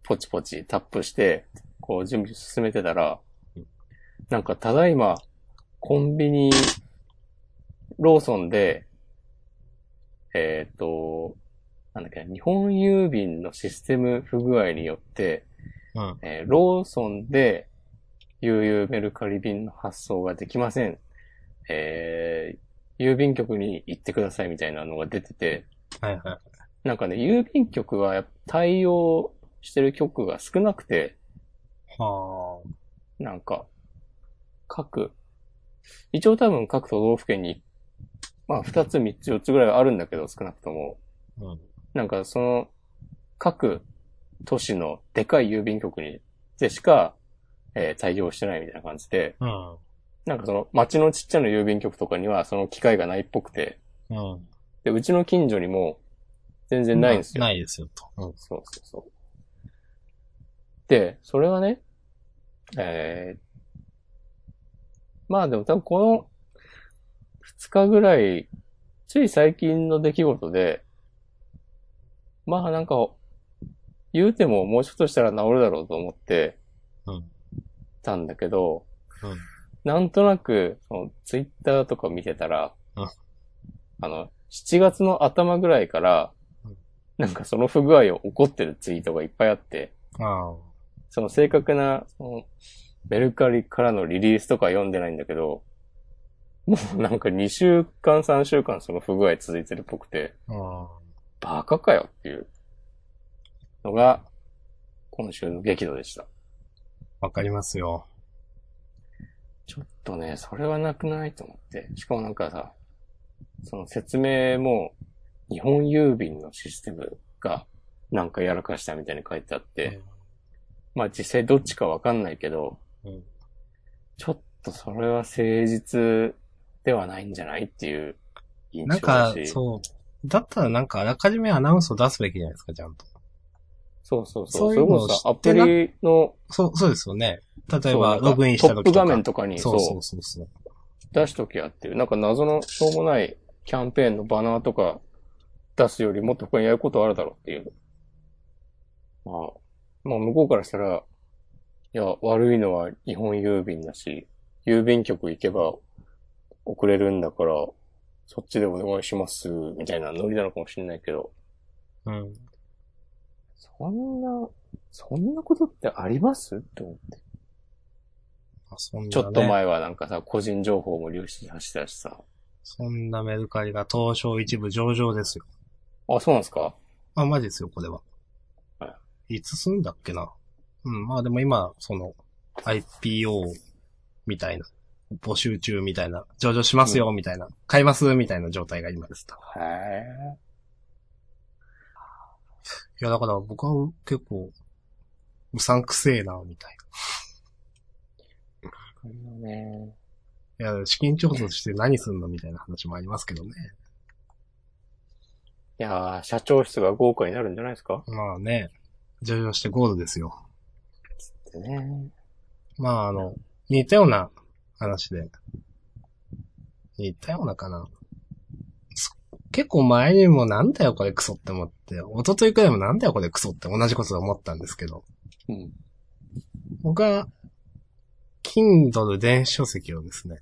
ポチポチタップして、こう準備進めてたら、なんかただいま、コンビニ、ローソンで、えっ、と、なんだっけな、日本郵便のシステム不具合によって、
うん。
えーローソンで、悠々メルカリ便の発送ができません。えー郵便局に行ってくださいみたいなのが出てて、
はいはい。
なんかね、郵便局はやっぱ対応してる局が少なくて、
はあ。
なんか、各、一応多分各都道府県に、まあ二つ、三つ、四つぐらいはあるんだけど、少なくとも。
うん。
なんかその、各都市のでかい郵便局に、でしか、えー対応してないみたいな感じで、
うん。
なんかその、町のちっちゃな郵便局とかにはその機会がないっぽくて、
うん。
で、うちの近所にも、全然ないんですよ。
ないですよ、と。うん。
そうそうそう。で、それはね、えー、まあでも多分この2日ぐらい、つい最近の出来事で、まあなんか、言うてももうちょっとしたら治るだろうと思って
うん。
たんだけど、
うん
なんとなく、そのツイッターとか見てたら、
うん
あの、7月の頭ぐらいから
うん、
なんかその不具合を怒ってるツイートがいっぱいあって、
ああ。
その正確な、その、メルカリからのリリースとかは読んでないんだけど、もうなんか2週間3週間その不具合続いてるっぽくて、
うん。
バカかよっていうのが、今週の激怒でした。
わかりますよ。
ちょっとね、それはなくないと思って。しかもなんかさ、その説明も、日本郵便のシステムが、なんかやらかしたみたいに書いてあって、まあ実際どっちかわかんないけど、
うん。
ちょっとそれは誠実ではないんじゃないっていう印
なん
象だ
か
し。、
そう。だったらなんかあらかじめアナウンスを出すべきじゃないですか、ちゃんと。
そうそう
そ
そうう。
いう
それ
のを
こそさ、
知
ア
って
プ
な
リの、
そう、そうですよね。例え
そうな
ば、
んか
ログインした
トッ
時
プ
とか。
画面とかに、
そうそ
そう
そうそう。
う、出しときゃっていう、なんか謎のしょうもないキャンペーンのバナーとか出すよりもっと他にやることあるだろうっていう。まあ、まあ向こうからしたら、いや、悪いのは日本郵便だし、郵便局行けば遅れるんだから、そっちでお願いします、みたいなノリなのかもしれないけど、
うん。
そんな、そんなことってありますって思って
まあそんな、ね、
ちょっと。前はなんかさ、個人情報も流出してたしさ。
そんなメルカリが東証一部上場ですよ。
あ、そうなんですか
あ、マジですよ、これは。。
はい
つすんだっけな。うん、まあでも今、その、IPO みたいな、募集中みたいな、上場しますよ、みたいな、買います、みたいな状態が今です。
へえ。
いや、だから僕は結構、うさんくせえな、みたい
これはね。
な。いや、資金調達して何すんのみたいな話もありますけどね。
いやー、社長室が豪華になるんじゃないですか
まあね、上場してゴールですよ。
ってね。
まあ、あの、似たような話で。似たようなかな。す結構前にもなんだよこれクソって思って、一昨日くらいもなんだよこれクソって同じことで思ったんですけど、
うん。
僕は、Kindle 電子書籍をですね、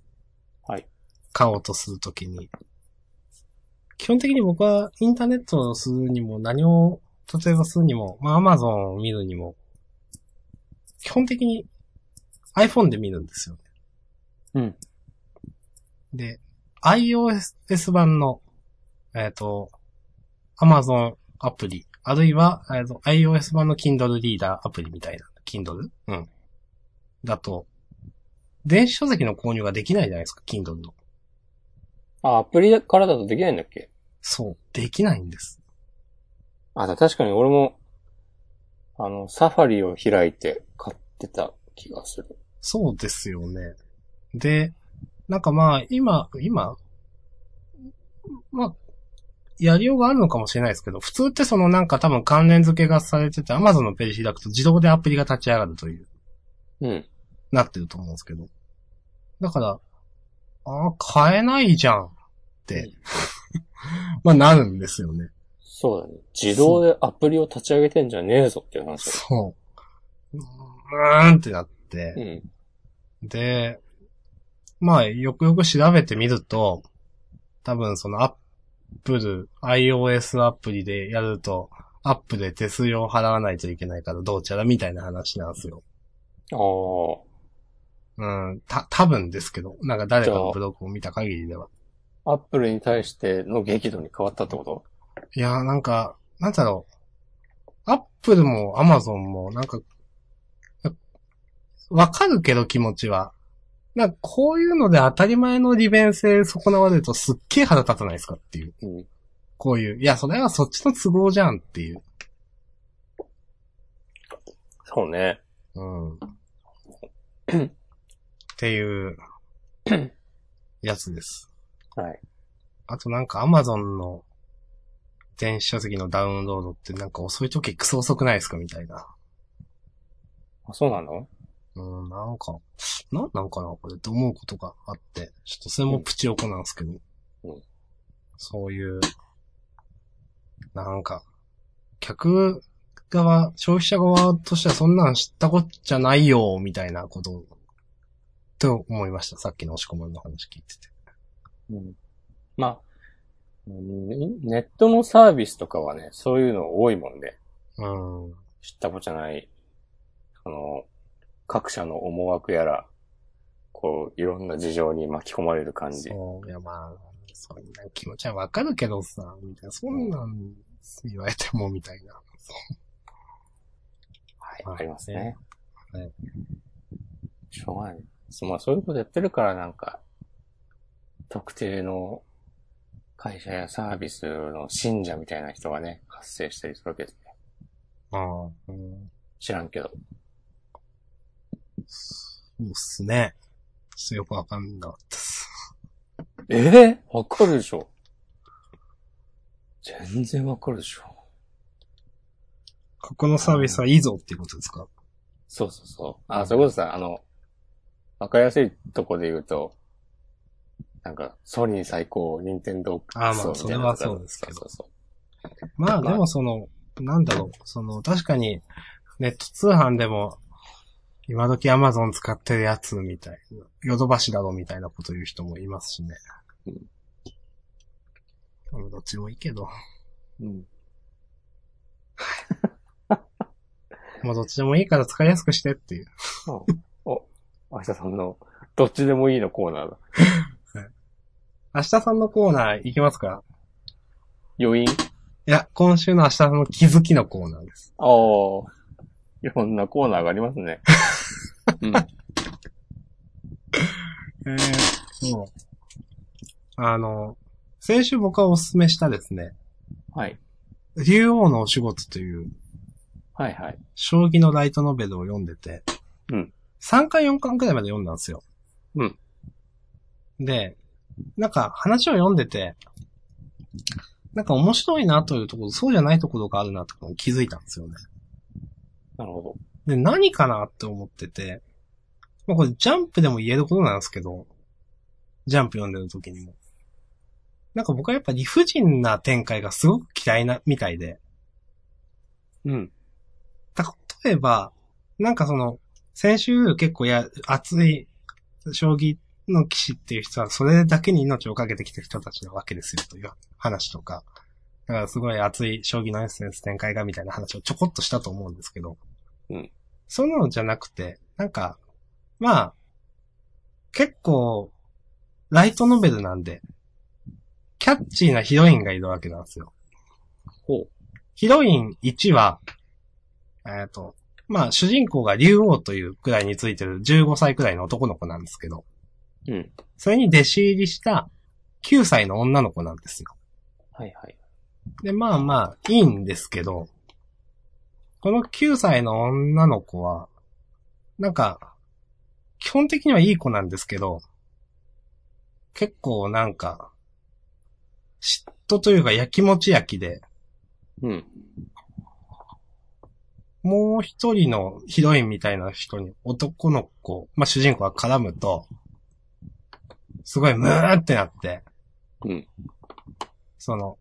はい。
買おうとするときに、基本的に僕はインターネットをするにも何を、例えばするにも、まあ Amazon を見るにも、基本的に iPhone で見るんですよね。
うん。
で、iOS 版の、えっ、と、Amazon アプリ、あるいは、えー、と iOS 版の Kindle Reader アプリみたいな、Kindle? うん。だと、電子書籍の購入ができないじゃないですか、Kindle の。
あ、アプリからだとできないんだっけ
そう、できないんです。
あ、確かに俺も、あの、サファリを開いて買ってた気がする。
そうですよね。で、なんかまあ、今、今、まあ、やりようがあるのかもしれないですけど、普通ってそのなんか多分関連付けがされてて、Amazon のページ開くと自動でアプリが立ち上がるという、
うん。
なってると思うんですけど。だから、ああ、買えないじゃんって、 まあなるんですよね。
そうだね。自動でアプリを立ち上げてんじゃねえぞっていう話。
そう。うーんってなって
う、ん。
で、まあ、よくよく調べてみると、多分その Apple、iOS アプリでやると、アップで手数料を払わないといけないからどうちゃらみたいな話なんですよ。
ああ。
うん、た、多分ですけど、なんか誰かのブログを見た限りでは。
アップルに対しての激怒に変わったってこと
いやーなんか、なんだろう。アップルもアマゾンも、なんか、わかるけど気持ちは。なんかこういうので当たり前の利便性損なわれるとすっげー腹立たないですかっていう。
うん。
こういう。いや、それはそっちの都合じゃんっていう。
そうね。
うん。 っていう、やつです。
はい。
あとなんか Amazon の電子書籍のダウンロードってなんか遅い時クソ遅くないですかみたいな。
あ、そうなの
うん、なんか、なんなんかなこれって思うことがあって。ちょっとそれもプチ横なんですけど。
うん
そういう、なんか、客側、消費者側としてはそんなん知ったこっちゃないよ、みたいなことを、と思いました。さっきの押し込まんの話聞いてて。
うん。まあ、うんネットのサービスとかはね、そういうの多いもんで、
うん。
知ったことじゃない、あの、各社の思惑やら、こう、いろんな事情に巻き込まれる感じ。
そう、いやまあ、そんな気持ちはわかるけどさ、みたいな、そんなん言われても、みたいな。
はい、
はい
ありますね。
はい
しょうがない。そうまあ、そういうことやってるから、なんか、特定の会社やサービスの信者みたいな人がね、発生したりするわけですね。
ああ、うん。
知らんけど。
そうっすね。ちょっとよくわかんなかったっす。
ええわかるでしょ。全然わかるでしょ。
ここのサービスはいいぞっていうことですか
そうそうそう。あ、そういうことさ、あの、わかりやすいとこで言うと、なんか、ソニー最高、任天堂
あまあ
クソみたいな
それはそうですけど
そうそう
まあでもその、なんだろう、その、確かに、ネット通販でも、今時アマゾン使ってるやつみたいな、ヨドバシだろみたいなこと言う人もいますしね。うん。どっちもいいけど。
そう。うん。
もうどっちでもいいから使いやすくしてっていう。
お、明日さんの、どっちでもいいのコーナーだ。
明日さんのコーナー行きますか
余韻
いや、今週の明日さんの気づきのコーナーです。
ああ、いろんなコーナーがあります ね。うん。
えー、そう。あの、先週僕はおすすめしたですね、
はい。
竜王のお仕事という
はいはい。
将棋のライトノベルを読んでて、
うん
3巻4巻くらいまで読んだんですよ。
うん
で、なんか話を読んでて、なんか面白いなというところ、そうじゃないところがあるなってことに気づいたんですよね。
なるほ
で、何かなって思ってて、まあこれジャンプでも言えることなんですけど、ジャンプ読んでる時にも。なんか僕はやっぱ理不尽な展開がすごく嫌いな、みたいで。
ど。うん。
例えば、なんかその、先週結構や、熱い、将棋の騎士っていう人は、それだけに命をかけてきた人たちなわけですよ、という話とか。だからすごい熱い将棋のエッセンス展開がみたいな話をちょこっとしたと思うんですけど。
うん。
そんなのじゃなくて、なんか、まあ、結構、ライトノベルなんで、キャッチーなヒロインがいるわけなんですよ。
ほ
ヒロイン1は、えっ、と、まあ、主人公が竜王というくらいについてる15歳くらいの男の子なんですけど、
う。うん。
それに弟子入りした9歳の女の子なんですよ。
はいはい。
で、まあまあ、いいんですけど、この9歳の女の子は、なんか、基本的にはいい子なんですけど、結構なんか、嫉妬というかやきもち焼きで、
うん。
もう一人のヒロインみたいな人に男の子、まあ、主人公が絡むと、すごいムーってなって、
うん。
その、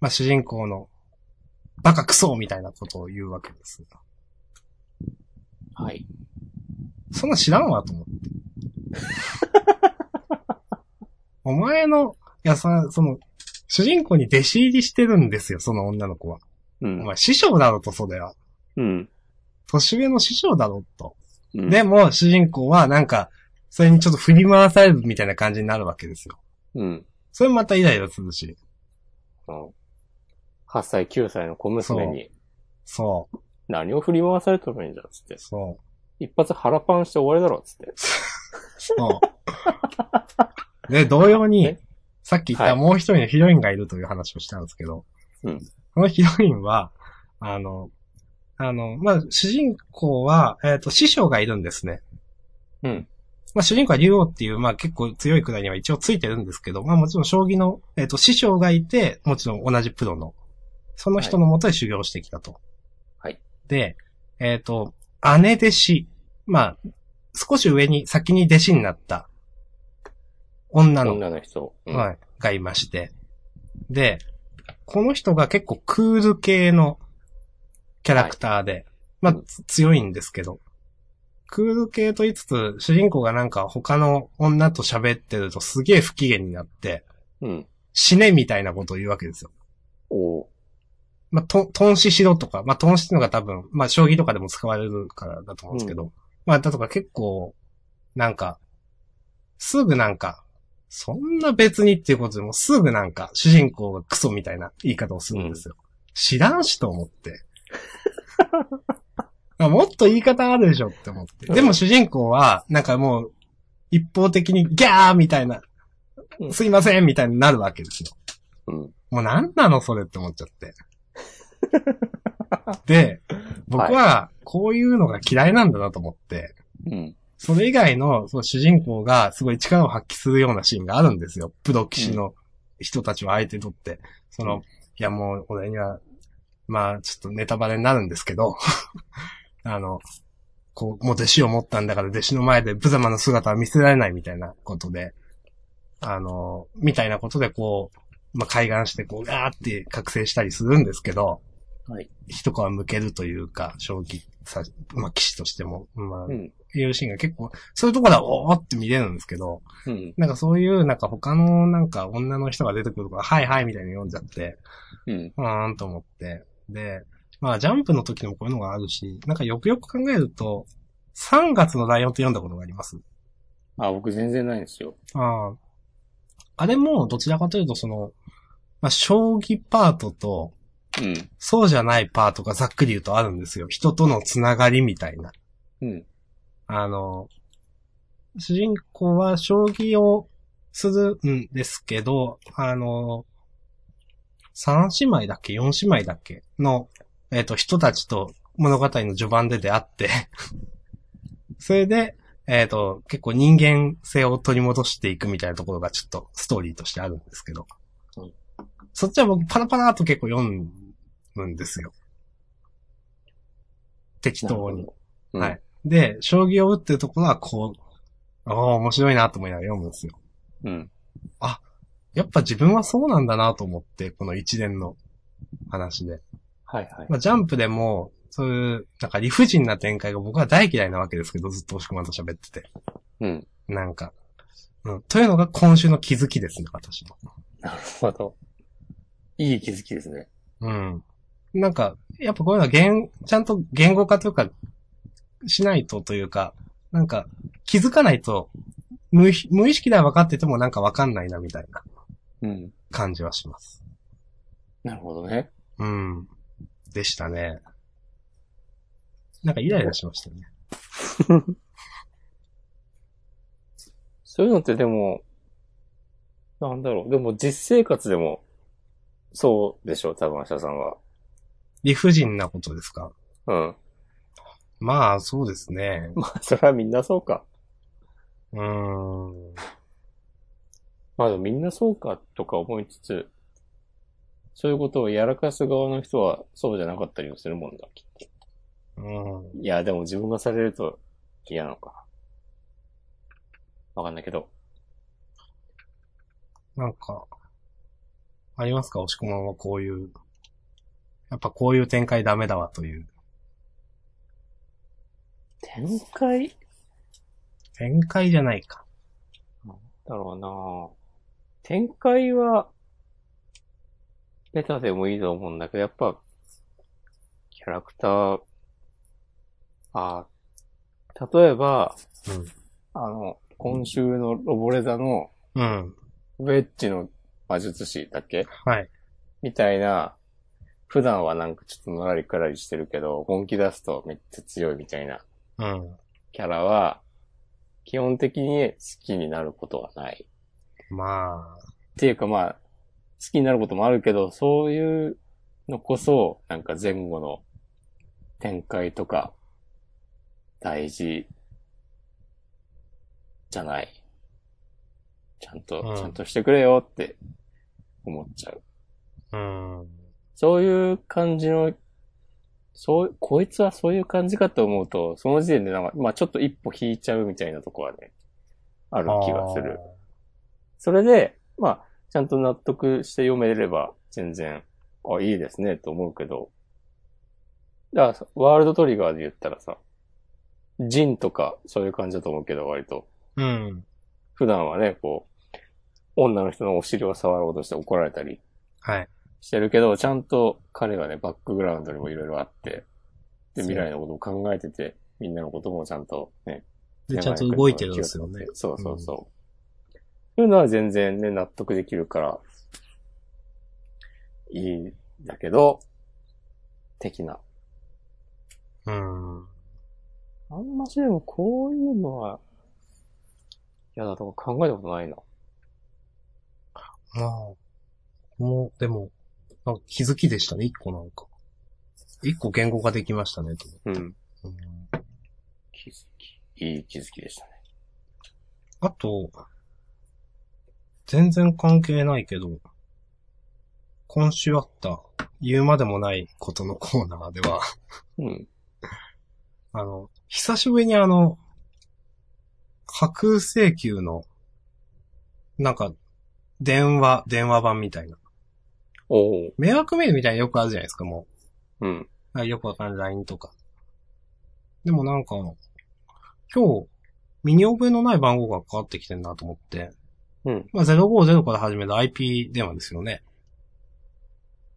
まあ、主人公のバカクソみたいなことを言うわけです。
はい。
そんな知らんわと思って。 お前の、いやさ、その、主人公に弟子入りしてるんですよ、その女の子は。
う
お
ん。
前師匠だろと、それは。
うん。
年上の師匠だろと。
うん
でも、主人公はなんか、それにちょっと振り回されるみたいな感じになるわけですよ。
うん。
それもまたイライラするし。
あの8歳、9歳の小娘に
そう、
何を振り回されとるんじゃ、つって。
そう、
一発腹パンして終わりだろ、つって。
そう。で、同様に
え、
さっき言った
はい
もう一人のヒロインがいるという話をしたんですけど、
うん
このヒロインは、あの、あの、まあ、主人公は、えっ、と、師匠がいるんですね。
うん。
まあ、主人公は竜王っていう、まあ、結構強いくらいには一応ついてるんですけど、まあ、もちろん将棋の、えっ、と、師匠がいて、もちろん同じプロの、その人のもとで修行してきたと。
はい。
で、えっ、と、姉弟子、まあ、少し上に、先に弟子になった、女の子
女の人。うん
はい、がいまして。で、この人が結構クール系のキャラクターで、まあつ強いんですけど、クール系と言いつつ、主人公がなんか他の女と喋ってるとすげえ不機嫌になって、
うん。
死ねみたいなことを言うわけですよ。
おー
まあ、と、頓死しろとか、まあ、頓死っていうのが多分、まあ、将棋とかでも使われるからだと思うんですけど、まあ、だとか結構、なんか、すぐなんか、そんな別にっていうことでもすぐなんか、主人公がクソみたいな言い方をするんですよ。知らんしと思って。 あもっと言い方あるでしょって思って。でも主人公は、なんかもう、一方的にギャーみたいな
う、ん
すいませんみたいになるわけですよ。
うん。
もうなんなのそれって思っちゃ って。で、僕はこういうのが嫌いなんだなと思って、
うん。
それ以外のその主人公がすごい力を発揮するようなシーンがあるんですよ。プロ棋士の人たちを相手にとって。その、
う
いやもう俺には、まあ、ちょっとネタバレになるんですけど、 あの、こう、もう弟子を持ったんだから弟子の前で無様な姿は見せられないみたいなことで、あの、みたいなことでこう、まあ、海岸してこう、ガーって覚醒したりするんですけど、
はい。
一皮むけるというか、将棋さ、まあ、騎士としても、まあ
う、ん。
いうシーンが結構、そういうところはおーって見れるんですけど、
うん。
なんかそういう、なんか他のなんか女の人が出てくるから、はいはいみたいに読んじゃって、
うん。
うーんと思って。で、まあジャンプの時でもこういうのがあるし、なんかよくよく考えると、3月のライオンって読んだことがあります。
あ、僕全然ないんですよ。
ああ。あれもどちらかというとその、まあ将棋パートと、
うん。
そうじゃないパートがざっくり言うとあるんですよ。人とのつながりみたいな。
うん。
あの、主人公は将棋をするんですけど、あの、三姉妹だっけ四姉妹だっけの、えっ、と、人たちと物語の序盤で出会って、 それで、えっ、と、結構人間性を取り戻していくみたいなところがちょっとストーリーとしてあるんですけど
うん。
そっちは僕パラパラっと結構読むんですよ。適当に。。
うん、
はい。で、将棋を打ってるところはこう、ああ、面白いなと思いながら読むんですよ。
うん。
やっぱ自分はそうなんだなと思って、この一連の話で。
はいはい。
まあ、ジャンプでも、そういう、なんか理不尽な展開が僕は大嫌いなわけですけど、ずっと押し込まんと喋ってて。
うん。
なんか。うん。というのが今週の気づきですね、私の。
なるほど。いい気づきですね。
うん。なんか、やっぱこういうのは言、ちゃんと言語化というか、しないとというか、なんか、気づかないと、無意無意識では分かっててもなんか分かんないな、みたいな
うん。
感じはします。
なるほどね。
うん。でしたね。なんかイライラしましたね。
そういうのってでも、なんだろう。でも実生活でも、そうでしょう、多分、アシャさんは。
理不尽なことですか
うん。
まあ、そうですね。
まあ、それはみんなそうか。
うーん。
まあでもみんなそうかとか思いつつ、そういうことをやらかす側の人はそうじゃなかったりもするもんだ。
うん。
いや、でも自分がされると嫌なのかな。わかんないけど。
なんか、ありますか押し込まんはこういう、やっぱこういう展開ダメだわという。
展開
展開じゃないか。
だろうな展開は、ベタでもいいと思うんだけど、やっぱ、キャラクター、あ例えば、
うん
あの、今週のロボレザの、
うん。
ウェッジの魔術師だっけ
はい。
みたいな、普段はなんかちょっとのらりくらりしてるけど、本気出すとめっちゃ強いみたいな
うん。
キャラは、基本的に好きになることはない。
まあ、
っていうかまあ、好きになることもあるけど、そういうのこそ、なんか前後の展開とか、大事、じゃない。ちゃんと、
うん
ちゃんとしてくれよって思っちゃう。
うん。
そういう感じの、そう、こいつはそういう感じかと思うと、その時点でなんか、まあちょっと一歩引いちゃうみたいなとこはね、ある気がする。それで、まあ、ちゃんと納得して読めれば、全然、あ、いいですね、と思うけど。だからさ、ワールドトリガーで言ったらさ、ジンとか、そういう感じだと思うけど、割と。
あー。うん。
普段はね、こう、女の人のお尻を触ろうとして怒られたり
はい。
してるけど、ちゃんと彼はね、バックグラウンドにもいろいろあって、
そう
で、未来のことを考えてて、みんなのこともちゃんとね、
で、ちゃんと動いてるんですよね。
そうそうそう。そういうのは全然ね、納得できるから、いいんだけど、的な。
うん。
あんましでもこういうのは、嫌だとか考えたことないな。
まあ、もう、でも、なんか気づきでしたね、一個なんか。一個言語化できましたね、と。
うん。
うん
気づき。いい気づきでしたね。
あと、全然関係ないけど、今週あった、言うまでもないことのコーナーでは、
うん。
あの、久しぶりにあの、架空請求の、なんか、電話、電話版みたいな。
おー
迷惑メールみたいなのよくあるじゃないですか、も
うん。
う。なんかよくわかんない LINE とか。でもなんか、今日、身に覚えのない番号がかかってきてんなと思って。
うん。
まあ、050から始める IP 電話ですよね。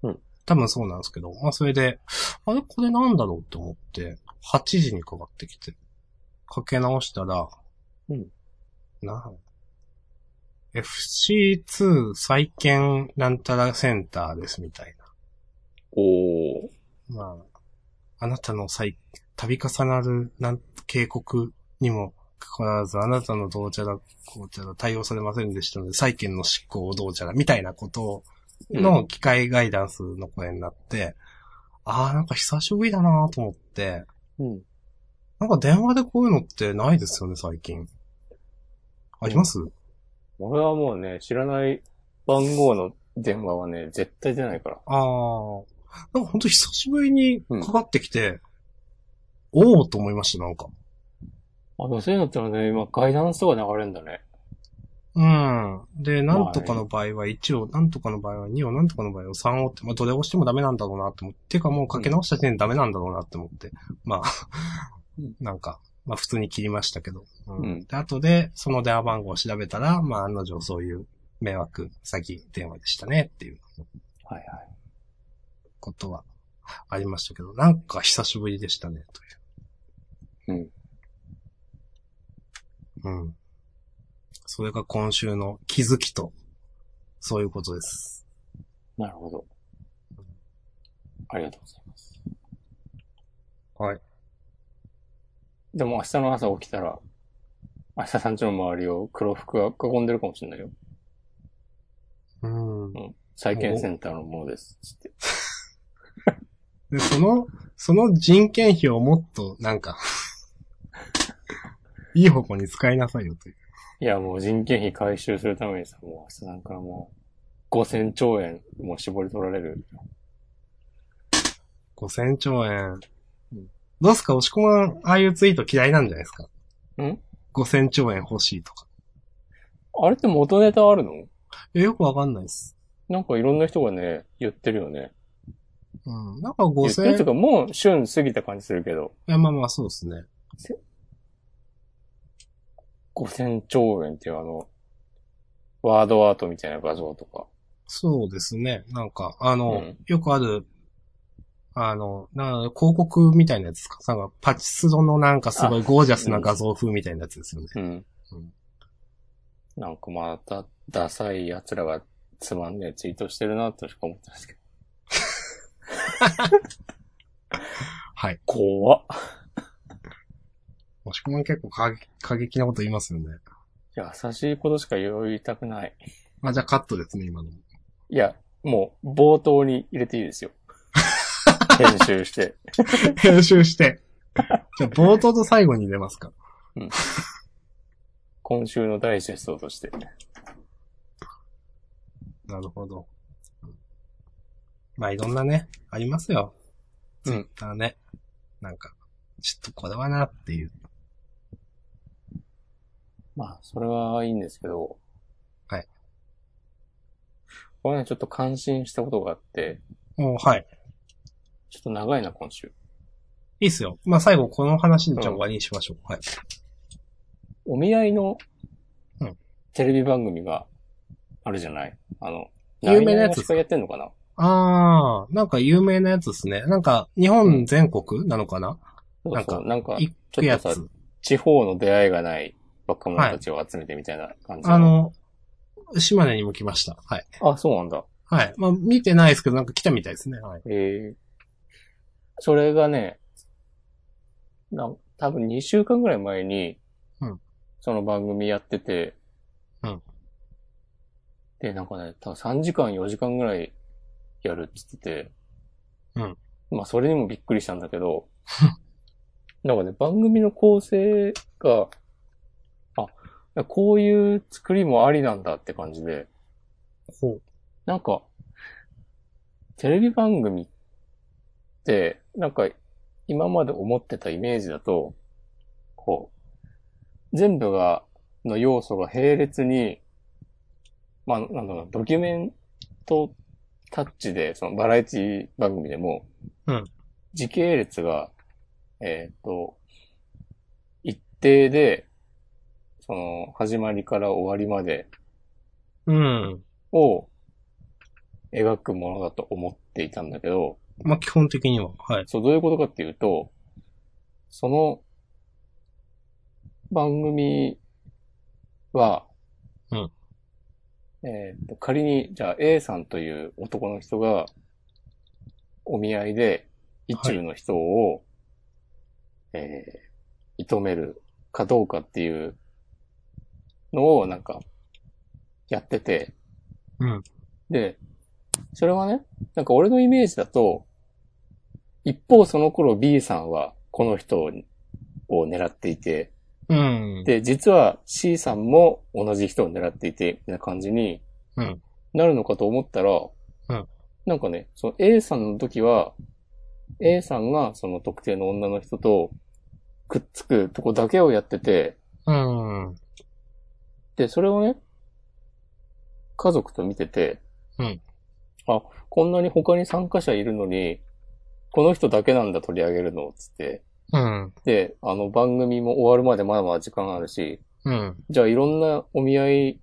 うん。
多分そうなんですけど。まあ、それで、あれこれなんだろうって思って、8時にかかってきて、かけ直したら、
うん。
な FC2 再建なんたらセンターですみたい
おー
な。まあ、あなたの再、度重なるなん警告にもかかわらず、あなたのどうちゃら、こうちゃら対応されませんでしたので、債権の執行をどうちゃら、みたいなことを、の機械ガイダンスの声になって、ああ、なんか久しぶりだなと思って、
うん。
なんか電話でこういうのってないですよね、最近。あります、
俺はもうね、知らない番号の電話はね、絶対出ないから。
ああ。なんかほんと久しぶりにかかってきて、おおと思いました、なんか。
あ、でもそういうのってのはね、今、ガイダンスとか流れるんだね。
うん。で、なんとかの場合は1を、なんとかの場合は2を、なんとかの場合は3をって、まあ、どれを押してもダメなんだろうなって思って、てかもうかけ直した時点でダメなんだろうなって思って、まあ
うん、
なんか、まあ普通に切りましたけど。う
うん
で、後で、その電話番号を調べたら、まあ案の定そういう迷惑詐欺電話でしたねっていう
はいはい。
ことはありましたけど、なんか久しぶりでしたね、という。うん。うん。それが今週の気づきと、そういうことです。
なるほど。ありがとうございます。
はい。
でも明日の朝起きたら、明日さんちの周りを黒服が囲んでるかもしれないよ。
うん。
再建センターのものです。つって。
で、その、その人件費をもっと、なんか、いい方向に使いなさいよという。
いや、もう人件費回収するためにさ、もう明日さんからもう、5000兆円もう絞り取られる。
5000兆円
うん。
どうすか押し込まん、ああいうツイート嫌いなんじゃないですか
ん
?5000 兆円欲しいとか。
あれって元ネタあるの
えよくわかんないです。
なんかいろんな人がね、言ってるよね。
うん。なんか
言ってる
5000
というか、もう旬過ぎた感じするけど、
いや、まあまあ、そうですね。
5000兆円っていうあの、ワードアートみたいな画像とか。
そうですね。なんか、あの、
うん
よくある、あの、なんか広告みたいなやつですかなんか、パチスロのなんかすごいゴージャスな画像風みたいなやつですよね。
うん
うん。
なんかまた、ダサい奴らがつまんねえツイートしてるなとしか思ってないですけど。
はい。
怖っ。
もしくも結構過激過激なこと言いますよね。
優しいことしか言いたくない。
まあ、じゃあカットですね、今の。
いや、もう、冒頭に入れていいですよ。 編集して。
編集 して。じゃあ、冒頭と最後に出ますか。
今週のダイジェストとして。
なるほど。まあ、いろんなね、ありますよ。
うん
ツイッターね。なんか、ちょっとこれはなっていう。
まあ、それはいいんですけど。
はい。
これね、ちょっと感心したことがあって、
おはい。
ちょっと長いな、今週。
いいっすよ。まあ、最後この話でじゃあ終わりにしましょう。はい。
お見合いの
うん、
テレビ番組があるじゃないあの、
有名なやつ
何々しかやってんのかな
あー、なんか有名なやつですね。なんか、日本全国なのかな、
そうそう、なんか、
行
ち
く
ょ
や
っとさ
つ。
地方の出会いがない若者たちを集めてみたいな感じな
あ、の、島根にも来ました。はい。
あ、そうなんだ。
はい。まあ、見てないですけど、なんか来たみたいですね。はい。
ええそれがね、な多分2週間ぐらい前に、
うん
その番組やってて、
うん
で、なんかね、多分3時間4時間ぐらいやるって言ってて、
うん
まあ、それにもびっくりしたんだけど、 なんかね、番組の構成が、あ、こういう作りもありなんだって感じで、
ほう。
なんか、テレビ番組って、なんか、今まで思ってたイメージだと、こう、全部が、の要素が並列に、まあ、なんだろうな、ドキュメントタッチで、そのバラエティ番組でも、
うん
時系列が、えっ、と、一定で、その、始まりから終わりまで
うん。
を描くものだと思っていたんだけど、
まあ、基本的には。はい。
そう、どういうことかっていうと、その、番組は、
うん
えーっと、仮に、じゃあ A さんという男の人が、お見合いで、一中の人を、えー、射止めるかどうかっていうのを、なんか、やってて、
うん
で、それはね、なんか俺のイメージだと、一方その頃 B さんはこの人を狙っていて、
うん。
で、実は C さんも同じ人を狙っていて、みたいな感じに
うん
なるのかと思ったら、
うん
なんかね、その A さんの時は、A さんがその特定の女の人とくっつくとこだけをやってて、
うん。うん。
で、それをね、家族と見てて、
うん
あ、こんなに他に参加者いるのに、この人だけなんだ取り上げるの、つって。
うん。
で、あの番組も終わるまでまだまだ時間あるし、
うん。
じゃあいろんなお見合い、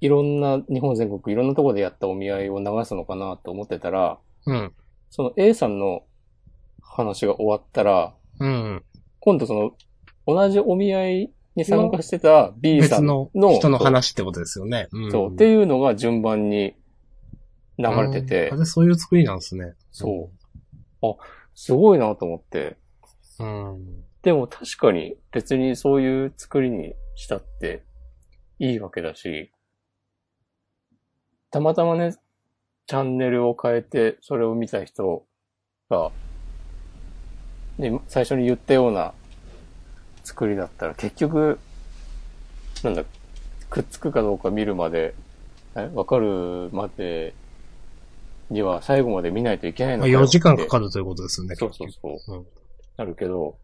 いろんな日本全国いろんなところでやったお見合いを流すのかなと思ってたら、
うん。
その A さんの話が終わったら、
うん。
今度その同じお見合いに参加してた B さ
別
ん
の
の、
人の話ってことですよね。うん。
そう、っていうのが順番に流れてて
あ、れ、そういう作りなんですね。
そう。あ、すごいなと思って。
うん。
でも確かに別にそういう作りにしたっていいわけだし、たまたまね、チャンネルを変えてそれを見た人が、ね、最初に言ったような作りだったら結局、なんだ、くっつくかどうか見るまで、えわかるまでには最後まで見ないといけないの
まあ、
かよ
4時間か
って
かるということですよね。
そうそうそう。
うん
なるけど、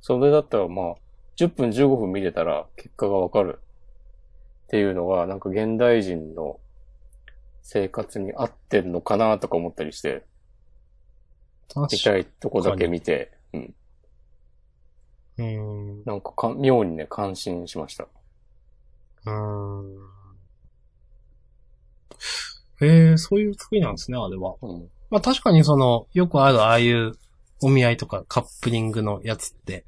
それだったらまあ、10分15分見てたら結果がわかるっていうのが、なんか現代人の生活に合ってるのかなとか思ったりして、
確
見
か
たいとこだけ見て、うん。
に。うん。
なんかか妙にね、感心しました。
うん。ええそういう作りなんですね、あれは。
うん。
まあ確かにその、よくあるああいうお見合いとかカップリングのやつって、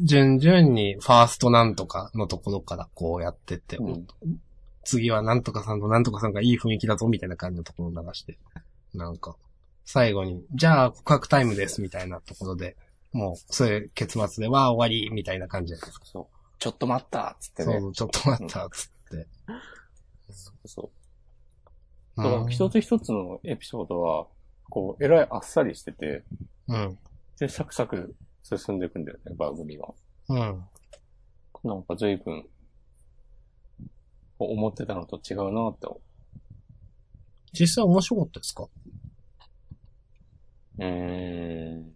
順々にファーストなんとかのところからこうやってって、
うん
次はなんとかさんとなんとかさんがいい雰囲気だぞみたいな感じのところを流して、なんか、最後に、じゃあ告白タイムですみたいなところで、もう、そういう結末では終わりみたいな感じじゃないですか。
そう。ちょっと待ったっつって
そ
ね。
う、ちょっと待った、つって。
そうそう。だから一つ一つのエピソードは、こう、えらいあっさりしてて、
うん。
で、サクサク進んでいくんだよね、番組が。
うん。
なんか随分、思ってたのと違うなって。
実際面白かったですか
うーん。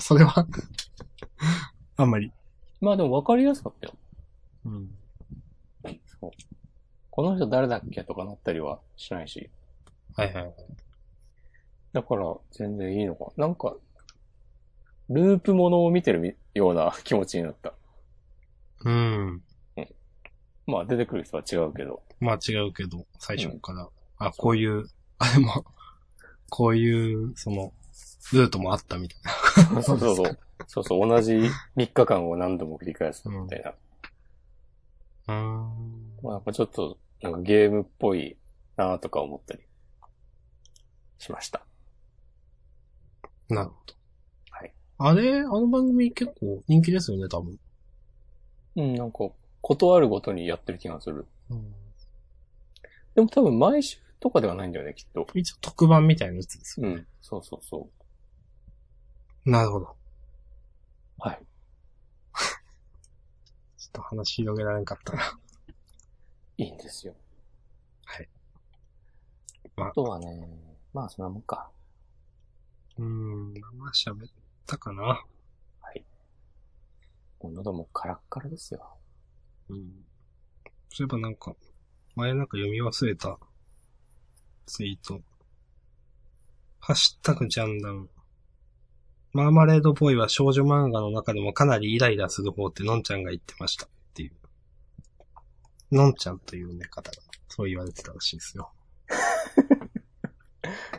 それは、あんまり。
まあでも分かりやすかったよ。
うん。
そうこの人誰だっけとかなったりはしないし。
はいはい。
だから全然いいのか。なんか、ループものを見てるみような気持ちになった。
うん。
まあ出てくる人は違うけど。
まあ違うけど、最初から。あ、こういう、あれも、こういう、その、ルートもあったみたいな。
そうそうそう。そうそう、同じ3日間を何度も繰り返すみたいな。
うん。
まあなんかちょっと、なんかゲームっぽいなとか思ったりしました。
なるほど。
はい。
あれ、あの番組結構人気ですよね、多分。
うん、なんか、断るごとにやってる気がする。
うん。
でも多分毎週とかではないんだよね、きっと。
一応特番みたいなやつですよ。
うん。そうそうそう。
なるほど。ちょ
はい。
っと話広げられなかったな。
いいんですよ。
はい。
あとはね、まあそんなもんか。
うーん、まあ喋ったかな。
もう喉もカラッカラですよ。
うん。そういえばなんか、前なんか読み忘れたツイート。ハッシュタグジャンダン。マーマレードボーイは少女漫画の中でもかなりイライラする方ってのんちゃんが言ってましたっていう。のんちゃんというね方が、そう言われてたらしいですよ。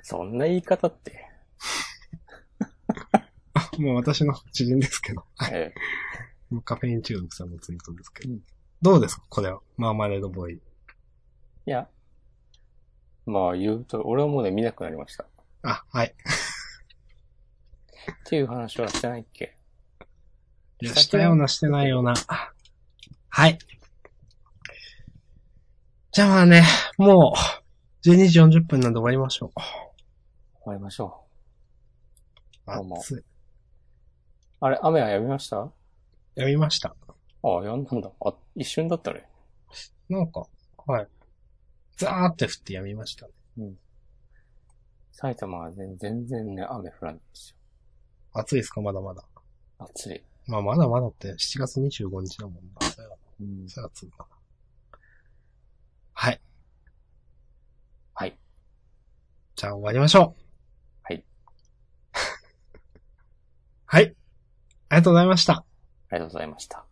そんな言い方って。
もう私の知人ですけど。
ええ
カフェイン中毒さんのツイートですけど。
うん
どうですかこれは。マーマレードボーイ。
いや。まあ言うと、俺はもうね、見なくなりました。っ
あ、はい。
ていう話はしてないっけ
いや、したような、してないような。はい。じゃあまあね、もう、12時40分なんで終わりましょう。
終わりましょどうも。
暑いう
あれ、雨はやみましたあ
やみました。
あ、やんだんだ。あ、一瞬だったね。
なんか、はい。ザーって降ってやみましたね。
埼玉は全全然ね、雨降らないんですよ。
暑いですかまだまだ。
暑い。
まあまだまだって7月25日だもんな。それは
うん
それは暑いかな。はい。
はい。
じゃあ終わりましょう。
はい。
はい。ありがとうございました。
ありがとうございました。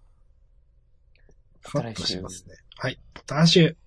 ふわ
た
っ
来週
としますね。はい。また来週。